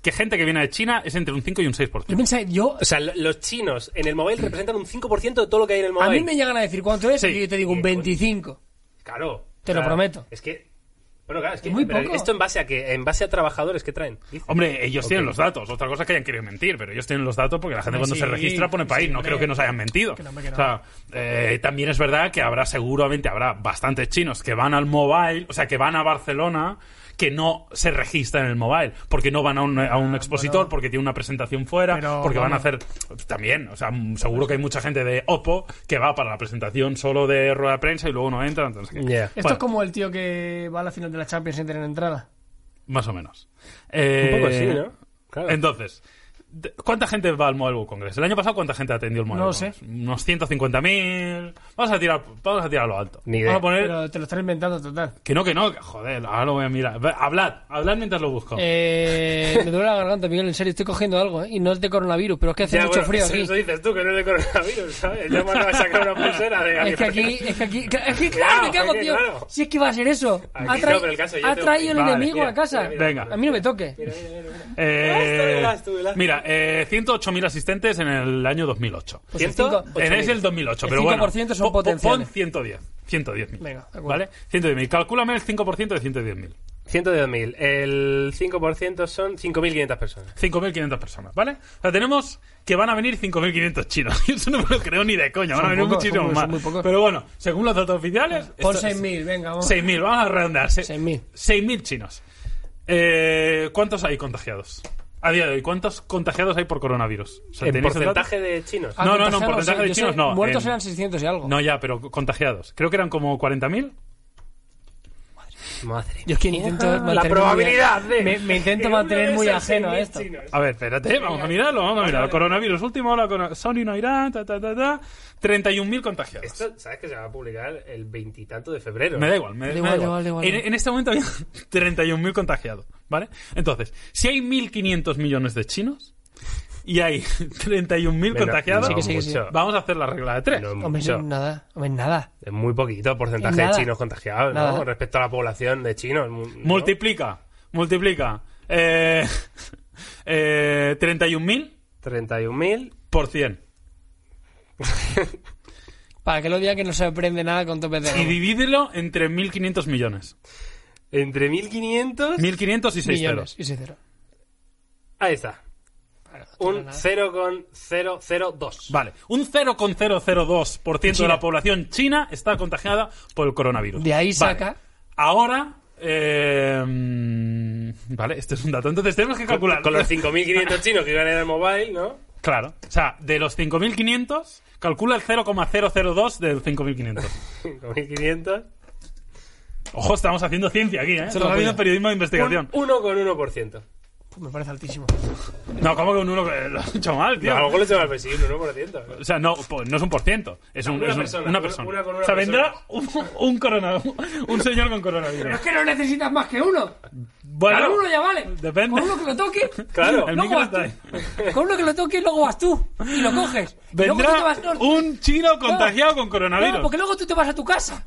[SPEAKER 1] que gente que viene de China es entre un 5 y un 6%.
[SPEAKER 2] Yo pensé, yo...
[SPEAKER 3] O sea, lo- los chinos en el móvil representan un 5% de todo lo que hay en el móvil.
[SPEAKER 2] A mí me llegan a decir cuánto es
[SPEAKER 1] Sí.
[SPEAKER 2] y yo te digo un
[SPEAKER 3] Sí,
[SPEAKER 2] 25.
[SPEAKER 3] Claro.
[SPEAKER 2] Te lo
[SPEAKER 3] O sea,
[SPEAKER 2] prometo.
[SPEAKER 3] Es que... Bueno, claro, es que...
[SPEAKER 2] Muy
[SPEAKER 3] pero
[SPEAKER 2] poco.
[SPEAKER 3] Esto en base a que... En base a trabajadores que traen. dice.
[SPEAKER 1] Hombre, ellos tienen los datos. Otra cosa es que hayan querido mentir, pero ellos tienen los datos porque la gente
[SPEAKER 2] Hombre,
[SPEAKER 1] cuando
[SPEAKER 2] sí,
[SPEAKER 1] se registra pone
[SPEAKER 2] sí,
[SPEAKER 1] país. no
[SPEAKER 2] hombre.
[SPEAKER 1] creo que nos hayan mentido.
[SPEAKER 2] Que no, hombre, que no.
[SPEAKER 1] O sea, eh, también es verdad que habrá, seguramente habrá bastantes chinos que van al mobile, o sea, que van a Barcelona que no se registran en el mobile, porque no van a un, a un expositor,
[SPEAKER 2] Ah, bueno.
[SPEAKER 1] porque tiene una presentación fuera,
[SPEAKER 2] Pero,
[SPEAKER 1] porque van a
[SPEAKER 2] vamos.
[SPEAKER 1] hacer también, o sea, mm, seguro que hay mucha gente de Oppo que va para la presentación solo de rueda de prensa y luego no entra, entonces ¿qué?
[SPEAKER 3] Yeah.
[SPEAKER 2] Esto
[SPEAKER 1] Bueno,
[SPEAKER 2] es como el tío que va a la final de la Champions sin tener entrada.
[SPEAKER 1] más o menos.
[SPEAKER 3] Un poco
[SPEAKER 1] Eh,
[SPEAKER 3] sí, ¿no? Claro.
[SPEAKER 1] Entonces, de- ¿cuánta gente va al Mobile World Congress? El año pasado, ¿cuánta gente atendió el Mobile
[SPEAKER 2] No
[SPEAKER 1] World
[SPEAKER 2] sé.
[SPEAKER 1] Congress? Unos 150.000. Vamos a tirar, vamos a tirar a lo alto.
[SPEAKER 3] Ni idea.
[SPEAKER 1] Vamos a poner
[SPEAKER 2] Pero te lo estás inventando total.
[SPEAKER 1] que no, que no, que- joder, ahora lo voy a mirar. Ve, Hablad, hablad mientras lo busco.
[SPEAKER 2] Eh, me duele la garganta, Miguel, en serio, estoy cogiendo algo, ¿eh? Y no es de coronavirus, pero es que hace
[SPEAKER 3] Ya,
[SPEAKER 2] mucho
[SPEAKER 3] bueno,
[SPEAKER 2] frío
[SPEAKER 3] eso,
[SPEAKER 2] aquí.
[SPEAKER 3] eso dices tú, que no es de coronavirus, ¿sabes? Ya me acabas de sacar una pulsera de...
[SPEAKER 2] Es que aquí, es que aquí, es que claro,
[SPEAKER 3] Claro,
[SPEAKER 2] me cago,
[SPEAKER 3] es que
[SPEAKER 2] tío.
[SPEAKER 3] claro.
[SPEAKER 2] Si es que va a ser eso.
[SPEAKER 3] Aquí
[SPEAKER 2] ha traído,
[SPEAKER 3] no, pero el caso yo
[SPEAKER 2] ha
[SPEAKER 3] tengo-
[SPEAKER 2] traído el
[SPEAKER 1] Vale,
[SPEAKER 2] enemigo
[SPEAKER 1] mira,
[SPEAKER 2] a casa.
[SPEAKER 3] mira, mira,
[SPEAKER 1] Venga.
[SPEAKER 2] A mí no me toque.
[SPEAKER 3] Mira, mira, mira, mira.
[SPEAKER 1] Eh,
[SPEAKER 3] Ah, está, verás tú, verás.
[SPEAKER 1] mira, eh, 108.000 asistentes en el año 2008.
[SPEAKER 2] Pues el
[SPEAKER 3] ¿Ciento?
[SPEAKER 2] cinco-
[SPEAKER 1] En es el 2008,
[SPEAKER 2] El
[SPEAKER 1] pero bueno.
[SPEAKER 2] 5% son
[SPEAKER 1] po- po- Pon
[SPEAKER 2] potenciales.
[SPEAKER 1] 110. 110.000.
[SPEAKER 2] Venga, de acuerdo.
[SPEAKER 1] ¿Vale? 110.000. Calcúlame el 5% de 110.000.
[SPEAKER 3] 110.000. El 5% son 5.500 personas.
[SPEAKER 1] 5.500 personas, ¿vale? O sea, tenemos que van a venir 5.500 chinos. Yo eso no me lo creo ni de coña, van a
[SPEAKER 2] Son
[SPEAKER 1] venir
[SPEAKER 2] pocos,
[SPEAKER 1] muchísimos
[SPEAKER 2] son-
[SPEAKER 1] más.
[SPEAKER 2] son muy pocos.
[SPEAKER 1] Pero bueno, según los datos oficiales...
[SPEAKER 2] Pon
[SPEAKER 1] esto es-
[SPEAKER 2] 6.000, venga, vamos.
[SPEAKER 1] 6.000, vamos a redondear. se-
[SPEAKER 2] 6.000.
[SPEAKER 1] 6.000 chinos. Eh, ¿Cuántos hay contagiados? A día de hoy, ¿cuántos contagiados hay por coronavirus? O sea,
[SPEAKER 3] En
[SPEAKER 1] ¿tenéis el
[SPEAKER 3] porcentaje de chinos.
[SPEAKER 2] Ah,
[SPEAKER 1] No, no, no,
[SPEAKER 2] contagiados,
[SPEAKER 1] porcentaje de
[SPEAKER 2] yo sé,
[SPEAKER 1] chinos no,
[SPEAKER 2] Muertos
[SPEAKER 1] en-
[SPEAKER 2] eran 600 y
[SPEAKER 1] dato?
[SPEAKER 2] algo.
[SPEAKER 1] No, ya, pero contagiados. Creo que eran como 40.000.
[SPEAKER 3] Madre
[SPEAKER 2] Yo es que intento mantenerme
[SPEAKER 3] La
[SPEAKER 2] muy-
[SPEAKER 3] probabilidad de.
[SPEAKER 2] Me, me intento
[SPEAKER 3] que
[SPEAKER 2] mantener
[SPEAKER 3] uno
[SPEAKER 2] muy
[SPEAKER 3] es el
[SPEAKER 2] ajeno a
[SPEAKER 3] Shin
[SPEAKER 2] esto.
[SPEAKER 3] Michi, ¿no?
[SPEAKER 1] A ver, espérate, vamos a mirarlo, vamos a mirarlo. Coronavirus, última ola, corona- Sony no irá, ta, ta, ta, ta. 31.000 contagiados.
[SPEAKER 3] Esto, ¿sabes que se va a publicar el veintitanto de febrero?
[SPEAKER 1] Me da igual, me,
[SPEAKER 2] Da
[SPEAKER 1] me
[SPEAKER 2] igual,
[SPEAKER 1] da
[SPEAKER 2] da igual, da igual.
[SPEAKER 1] En, en este momento había 31.000 contagiados, ¿vale? Entonces, si hay 1.500 millones de chinos y hay 31.000
[SPEAKER 3] Bueno,
[SPEAKER 1] contagiados,
[SPEAKER 3] no
[SPEAKER 2] Sí, que sí, que sí.
[SPEAKER 3] mucho.
[SPEAKER 1] vamos a hacer la regla de tres.
[SPEAKER 3] No
[SPEAKER 2] Hombre,
[SPEAKER 3] mucho.
[SPEAKER 2] nada. Hombre, nada.
[SPEAKER 3] Es muy poquito porcentaje
[SPEAKER 2] Nada.
[SPEAKER 3] de chinos contagiados, ¿no?
[SPEAKER 2] Nada.
[SPEAKER 3] Con Respecto a la población de chinos. ¿no?
[SPEAKER 1] Multiplica, multiplica eh, eh, 31.000
[SPEAKER 3] 31.000.
[SPEAKER 1] por 100
[SPEAKER 2] Para que lo diga que no se aprende nada con topes de
[SPEAKER 1] y
[SPEAKER 2] gama.
[SPEAKER 1] divídelo entre 1.500 millones.
[SPEAKER 3] Entre 1.500.
[SPEAKER 1] 1.500 y 6
[SPEAKER 2] millones.
[SPEAKER 1] ceros.
[SPEAKER 2] Y soy cero.
[SPEAKER 3] Ahí está.
[SPEAKER 2] Claro, no tiene
[SPEAKER 3] Un
[SPEAKER 2] nada.
[SPEAKER 3] 0,002.
[SPEAKER 1] Vale, un 0,002% de
[SPEAKER 2] China.
[SPEAKER 1] la población china está contagiada por el coronavirus.
[SPEAKER 2] De ahí
[SPEAKER 1] Vale.
[SPEAKER 2] saca-
[SPEAKER 1] Ahora, eh, mm, vale, este es un dato. Entonces tenemos que calcular.
[SPEAKER 3] Con los 5.500 chinos que iban en el mobile, ¿no?
[SPEAKER 1] Claro, o sea, de los 5.500, calcula el 0,002 del 5.500.
[SPEAKER 3] 5.500.
[SPEAKER 1] Ojo, estamos haciendo ciencia aquí, ¿eh? Estamos
[SPEAKER 2] lo
[SPEAKER 1] haciendo
[SPEAKER 2] cuida.
[SPEAKER 1] periodismo de investigación.
[SPEAKER 3] Un 1,1%.
[SPEAKER 2] Puf, Me parece altísimo.
[SPEAKER 1] No, ¿cómo que un 1 lo has hecho mal, tío?
[SPEAKER 3] No, a lo mejor le se va al PSI, un 1%.
[SPEAKER 1] O sea, no, po- no es un por ciento, es, un-
[SPEAKER 3] una
[SPEAKER 1] es un-
[SPEAKER 3] persona,
[SPEAKER 1] una
[SPEAKER 3] una-
[SPEAKER 1] persona.
[SPEAKER 3] una con una
[SPEAKER 1] o sea, vendrá
[SPEAKER 3] persona.
[SPEAKER 1] un, un corona- un señor con coronavirus.
[SPEAKER 2] que no necesitas más que uno.
[SPEAKER 1] Bueno,
[SPEAKER 2] ya vale.
[SPEAKER 1] Depende. Con uno que
[SPEAKER 2] lo toque.
[SPEAKER 3] Claro.
[SPEAKER 1] el
[SPEAKER 2] No
[SPEAKER 1] micro
[SPEAKER 2] vas
[SPEAKER 1] está
[SPEAKER 2] tú.
[SPEAKER 1] ahí.
[SPEAKER 2] Con uno que lo toque y luego vas tú. Y lo coges.
[SPEAKER 1] Vendrá un chino contagiado con coronavirus.
[SPEAKER 2] luego tú te vas a tu casa.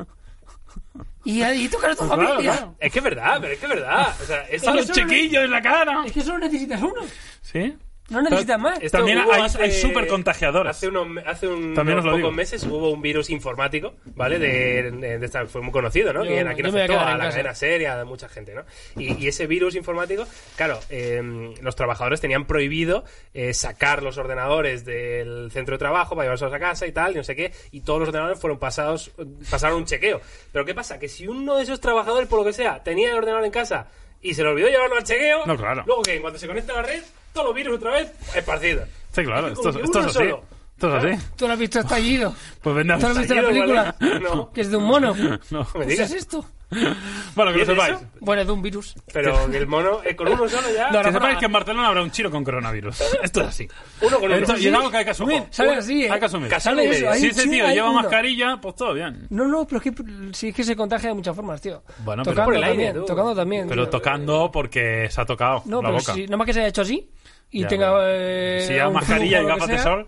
[SPEAKER 2] Y, y tocar a tu
[SPEAKER 1] Claro, Pues claro.
[SPEAKER 3] Es que es verdad, pero es que es verdad. O sea, eso
[SPEAKER 1] A los
[SPEAKER 3] eso-
[SPEAKER 1] chiquillos en la cara.
[SPEAKER 2] que solo necesitas uno.
[SPEAKER 1] ¿Sí?
[SPEAKER 2] No
[SPEAKER 1] necesitas
[SPEAKER 2] más.
[SPEAKER 3] Esto
[SPEAKER 1] También
[SPEAKER 3] hubo
[SPEAKER 1] hay- hay supercontagiadores.
[SPEAKER 3] Hace unos, me- hace un-
[SPEAKER 1] También os
[SPEAKER 3] unos
[SPEAKER 1] lo
[SPEAKER 3] pocos
[SPEAKER 1] digo.
[SPEAKER 3] meses hubo un virus informático, ¿vale? De, de- de esta- fue muy conocido, ¿no?
[SPEAKER 2] Yo-
[SPEAKER 3] que aquí
[SPEAKER 2] yo me
[SPEAKER 3] nos
[SPEAKER 2] voy a
[SPEAKER 3] afectó
[SPEAKER 2] quedar
[SPEAKER 3] a,
[SPEAKER 2] en
[SPEAKER 3] la
[SPEAKER 2] casa.
[SPEAKER 3] cadena seria, a mucha gente, ¿no? Y, y ese virus informático, claro, eh, los trabajadores tenían prohibido eh, sacar los ordenadores del centro de trabajo para llevárselos a casa y tal, y no sé qué, y todos los ordenadores fueron pasados, pasaron un chequeo. Pero ¿qué pasa? Que si uno de esos trabajadores, por lo que sea, tenía el ordenador en casa y se le olvidó llevarlo al chequeo,
[SPEAKER 1] No, claro.
[SPEAKER 3] luego que en cuanto se conecta a la red, todos los virus otra vez esparcidos.
[SPEAKER 1] Sí, claro,
[SPEAKER 3] Es que
[SPEAKER 1] esto,
[SPEAKER 3] como
[SPEAKER 1] es-
[SPEAKER 3] que
[SPEAKER 1] esto es
[SPEAKER 3] uno
[SPEAKER 1] así.
[SPEAKER 3] solo.
[SPEAKER 1] Esto es así.
[SPEAKER 2] Tú lo has visto estallido.
[SPEAKER 1] Pues vendrá.
[SPEAKER 2] Tú lo has visto en la
[SPEAKER 3] Estallido,
[SPEAKER 2] película.
[SPEAKER 3] ¿cuál es? No.
[SPEAKER 2] Que es de un mono.
[SPEAKER 1] No.
[SPEAKER 3] Me
[SPEAKER 2] ¿Qué es
[SPEAKER 3] digas.
[SPEAKER 2] esto?
[SPEAKER 1] Bueno, que Pues lo
[SPEAKER 3] ¿Y es
[SPEAKER 1] sepáis.
[SPEAKER 3] eso?
[SPEAKER 2] Bueno, es de un virus.
[SPEAKER 3] Pero que el mono, eh, con uno solo ya.
[SPEAKER 2] No,
[SPEAKER 1] Que
[SPEAKER 2] no.
[SPEAKER 1] sepáis que en Barcelona habrá un chino con coronavirus. Esto es así.
[SPEAKER 3] Uno con uno.
[SPEAKER 1] Esto- y es algo que hay que asumir.
[SPEAKER 3] Ojo,
[SPEAKER 2] ¿Sabes así? eh?
[SPEAKER 1] Hay que asumir.
[SPEAKER 3] Casado
[SPEAKER 2] Sale
[SPEAKER 3] y
[SPEAKER 2] eso,
[SPEAKER 3] medio.
[SPEAKER 2] hay
[SPEAKER 1] Si
[SPEAKER 2] un
[SPEAKER 1] ese
[SPEAKER 2] chino,
[SPEAKER 1] tío
[SPEAKER 2] hay
[SPEAKER 1] lleva
[SPEAKER 2] uno.
[SPEAKER 1] mascarilla, pues todo bien.
[SPEAKER 2] No, no, pero es que sí es que se contagia de muchas formas, tío.
[SPEAKER 1] Bueno, pero-
[SPEAKER 2] tocando
[SPEAKER 1] Por
[SPEAKER 3] el aire,
[SPEAKER 2] también,
[SPEAKER 3] tú.
[SPEAKER 2] tocando también.
[SPEAKER 1] Pero
[SPEAKER 2] tío.
[SPEAKER 1] tocando porque se ha tocado
[SPEAKER 2] no,
[SPEAKER 1] la
[SPEAKER 2] pero
[SPEAKER 1] boca.
[SPEAKER 2] si nada más que se haya hecho así y
[SPEAKER 1] Ya,
[SPEAKER 2] tenga
[SPEAKER 1] bueno.
[SPEAKER 2] eh,
[SPEAKER 1] si lleva
[SPEAKER 2] un
[SPEAKER 1] mascarilla y
[SPEAKER 2] flujo o lo
[SPEAKER 1] gafas
[SPEAKER 2] que
[SPEAKER 1] de
[SPEAKER 2] sea,
[SPEAKER 1] sol,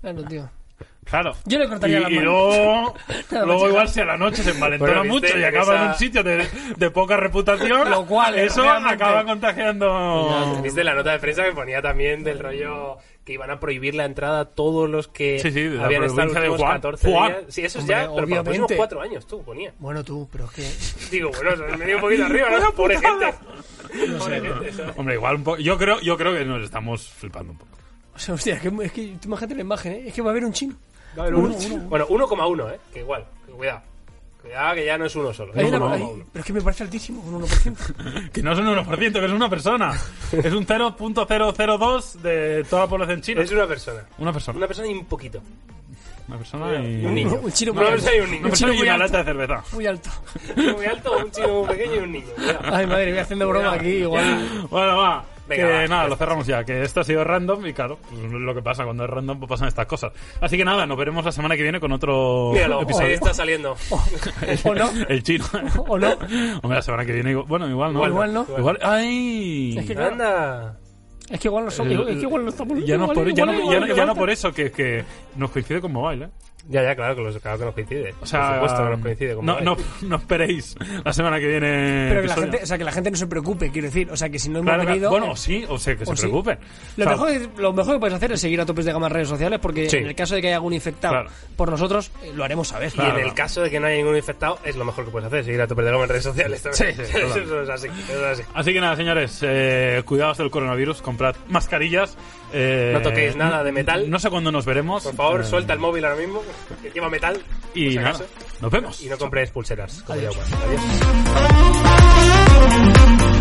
[SPEAKER 2] Claro, tío.
[SPEAKER 1] claro.
[SPEAKER 2] Yo le cortaría
[SPEAKER 1] y,
[SPEAKER 2] las
[SPEAKER 1] y
[SPEAKER 2] manos.
[SPEAKER 1] luego,
[SPEAKER 2] Nada,
[SPEAKER 1] luego
[SPEAKER 2] macho.
[SPEAKER 1] igual si a la noche se envalentona
[SPEAKER 3] Bueno, viste,
[SPEAKER 1] mucho y
[SPEAKER 3] en
[SPEAKER 1] acaba en
[SPEAKER 3] esa-
[SPEAKER 1] un sitio de, de poca reputación,
[SPEAKER 2] Lo cual,
[SPEAKER 1] eso
[SPEAKER 2] realmente.
[SPEAKER 1] acaba contagiando...
[SPEAKER 3] Viste la nota de prensa que ponía también del rollo que iban a prohibir la entrada a todos los que
[SPEAKER 1] Sí, sí, de la
[SPEAKER 3] habían estado los
[SPEAKER 1] provincia de
[SPEAKER 3] últimos
[SPEAKER 1] Wuhan.
[SPEAKER 3] 14
[SPEAKER 1] Wuhan.
[SPEAKER 3] días. Sí, eso es
[SPEAKER 2] Hombre,
[SPEAKER 3] ya, pero para los próximos
[SPEAKER 2] obviamente.
[SPEAKER 3] cuatro años, tú, ponía.
[SPEAKER 2] Bueno, tú, pero es que
[SPEAKER 3] Digo, bueno, eso me dio un poquito arriba, ¿no? Pobre gente. Pobre gente. ¿sabes?
[SPEAKER 1] Hombre, igual un poco... Yo creo, yo creo que nos estamos flipando un poco.
[SPEAKER 2] o sea, hostia, es que, es que tú imagínate la imagen, ¿eh? es que va a haber un chino.
[SPEAKER 3] Uno, uno. Bueno, 1,1, ¿eh? Que igual, que cuidado. Cuidado que ya no es uno solo.
[SPEAKER 2] Hay
[SPEAKER 1] Uno,
[SPEAKER 2] una-
[SPEAKER 1] uno,
[SPEAKER 2] hay-
[SPEAKER 1] uno.
[SPEAKER 2] pero es que me parece altísimo, un 1%.
[SPEAKER 1] Que no es un 1%, que es una persona. es un 0.002 de toda la población china.
[SPEAKER 3] Es una persona.
[SPEAKER 1] Una persona.
[SPEAKER 3] Una persona y un poquito.
[SPEAKER 1] Una persona y...
[SPEAKER 3] Un niño.
[SPEAKER 2] Un chino muy
[SPEAKER 3] Una
[SPEAKER 2] alto.
[SPEAKER 3] persona y un niño.
[SPEAKER 1] Una persona
[SPEAKER 2] chino
[SPEAKER 1] y
[SPEAKER 2] muy
[SPEAKER 1] una
[SPEAKER 2] alto.
[SPEAKER 1] lata de cerveza.
[SPEAKER 2] Muy alto.
[SPEAKER 3] chino muy alto, un chino muy pequeño y un niño. Cuidado.
[SPEAKER 2] Ay, madre, voy haciendo broma aquí, igual.
[SPEAKER 1] Bueno, va. que
[SPEAKER 3] Venga, va,
[SPEAKER 1] nada,
[SPEAKER 3] ya
[SPEAKER 1] lo
[SPEAKER 3] está.
[SPEAKER 1] cerramos ya. Que esto ha sido random y claro, pues, lo que pasa cuando es random pues pasan estas cosas. Así que nada, nos veremos la semana que viene con otro
[SPEAKER 3] Míralo, ahí
[SPEAKER 1] Oh, episodio.
[SPEAKER 3] está saliendo.
[SPEAKER 2] Oh, O no.
[SPEAKER 1] El chino.
[SPEAKER 2] O no.
[SPEAKER 1] Hombre, la semana que viene. igual- Bueno, igual no.
[SPEAKER 2] Igual no.
[SPEAKER 1] Igual. ¡Ay!
[SPEAKER 2] Es que claro,
[SPEAKER 3] Anda.
[SPEAKER 2] es que igual no somos, es que igual no estamos.
[SPEAKER 1] Ya no
[SPEAKER 2] igual-
[SPEAKER 1] por- ya
[SPEAKER 2] igual-
[SPEAKER 1] no-
[SPEAKER 2] igual-
[SPEAKER 1] ya no- ya
[SPEAKER 2] igual-
[SPEAKER 1] no por eso que, que nos coincide con mobile, ¿eh?
[SPEAKER 3] Ya, ya, claro, que los, claro que nos coincide.
[SPEAKER 1] O sea,
[SPEAKER 3] Por supuesto que nos coincide. Como
[SPEAKER 1] no,
[SPEAKER 3] vale.
[SPEAKER 1] no, no esperéis la semana que viene.
[SPEAKER 2] Pero que la,
[SPEAKER 1] episodio.
[SPEAKER 2] gente, o sea, que la gente no se preocupe, quiero decir. O sea, que si no hemos
[SPEAKER 1] Claro, claro.
[SPEAKER 2] venido.
[SPEAKER 1] Bueno, o sí, o sea, que se
[SPEAKER 2] sí.
[SPEAKER 1] preocupen.
[SPEAKER 2] Lo,
[SPEAKER 1] O sea,
[SPEAKER 2] mejor, lo mejor que puedes hacer es seguir a topes de gama en redes sociales porque
[SPEAKER 3] Sí.
[SPEAKER 2] en el caso de que haya algún infectado
[SPEAKER 1] Claro.
[SPEAKER 2] por nosotros, eh, lo haremos saber.
[SPEAKER 3] Y en el caso de que no haya ningún infectado, es lo mejor que puedes hacer, seguir a tu perdegoma en redes sociales.
[SPEAKER 1] Sí,
[SPEAKER 3] también.
[SPEAKER 1] sí,
[SPEAKER 3] eso,
[SPEAKER 1] totalmente.
[SPEAKER 3] es así, eso es así.
[SPEAKER 1] Así que nada, señores, eh, cuidados del coronavirus, comprad mascarillas. eh,
[SPEAKER 3] No toquéis nada de metal.
[SPEAKER 1] No sé cuándo nos veremos.
[SPEAKER 3] Por favor,
[SPEAKER 1] eh,
[SPEAKER 3] suelta el móvil ahora mismo, que lleva metal. por
[SPEAKER 1] Y
[SPEAKER 3] si
[SPEAKER 1] nada,
[SPEAKER 3] acaso.
[SPEAKER 1] nos vemos.
[SPEAKER 3] Y no compréis pulseras, como yo. Adiós.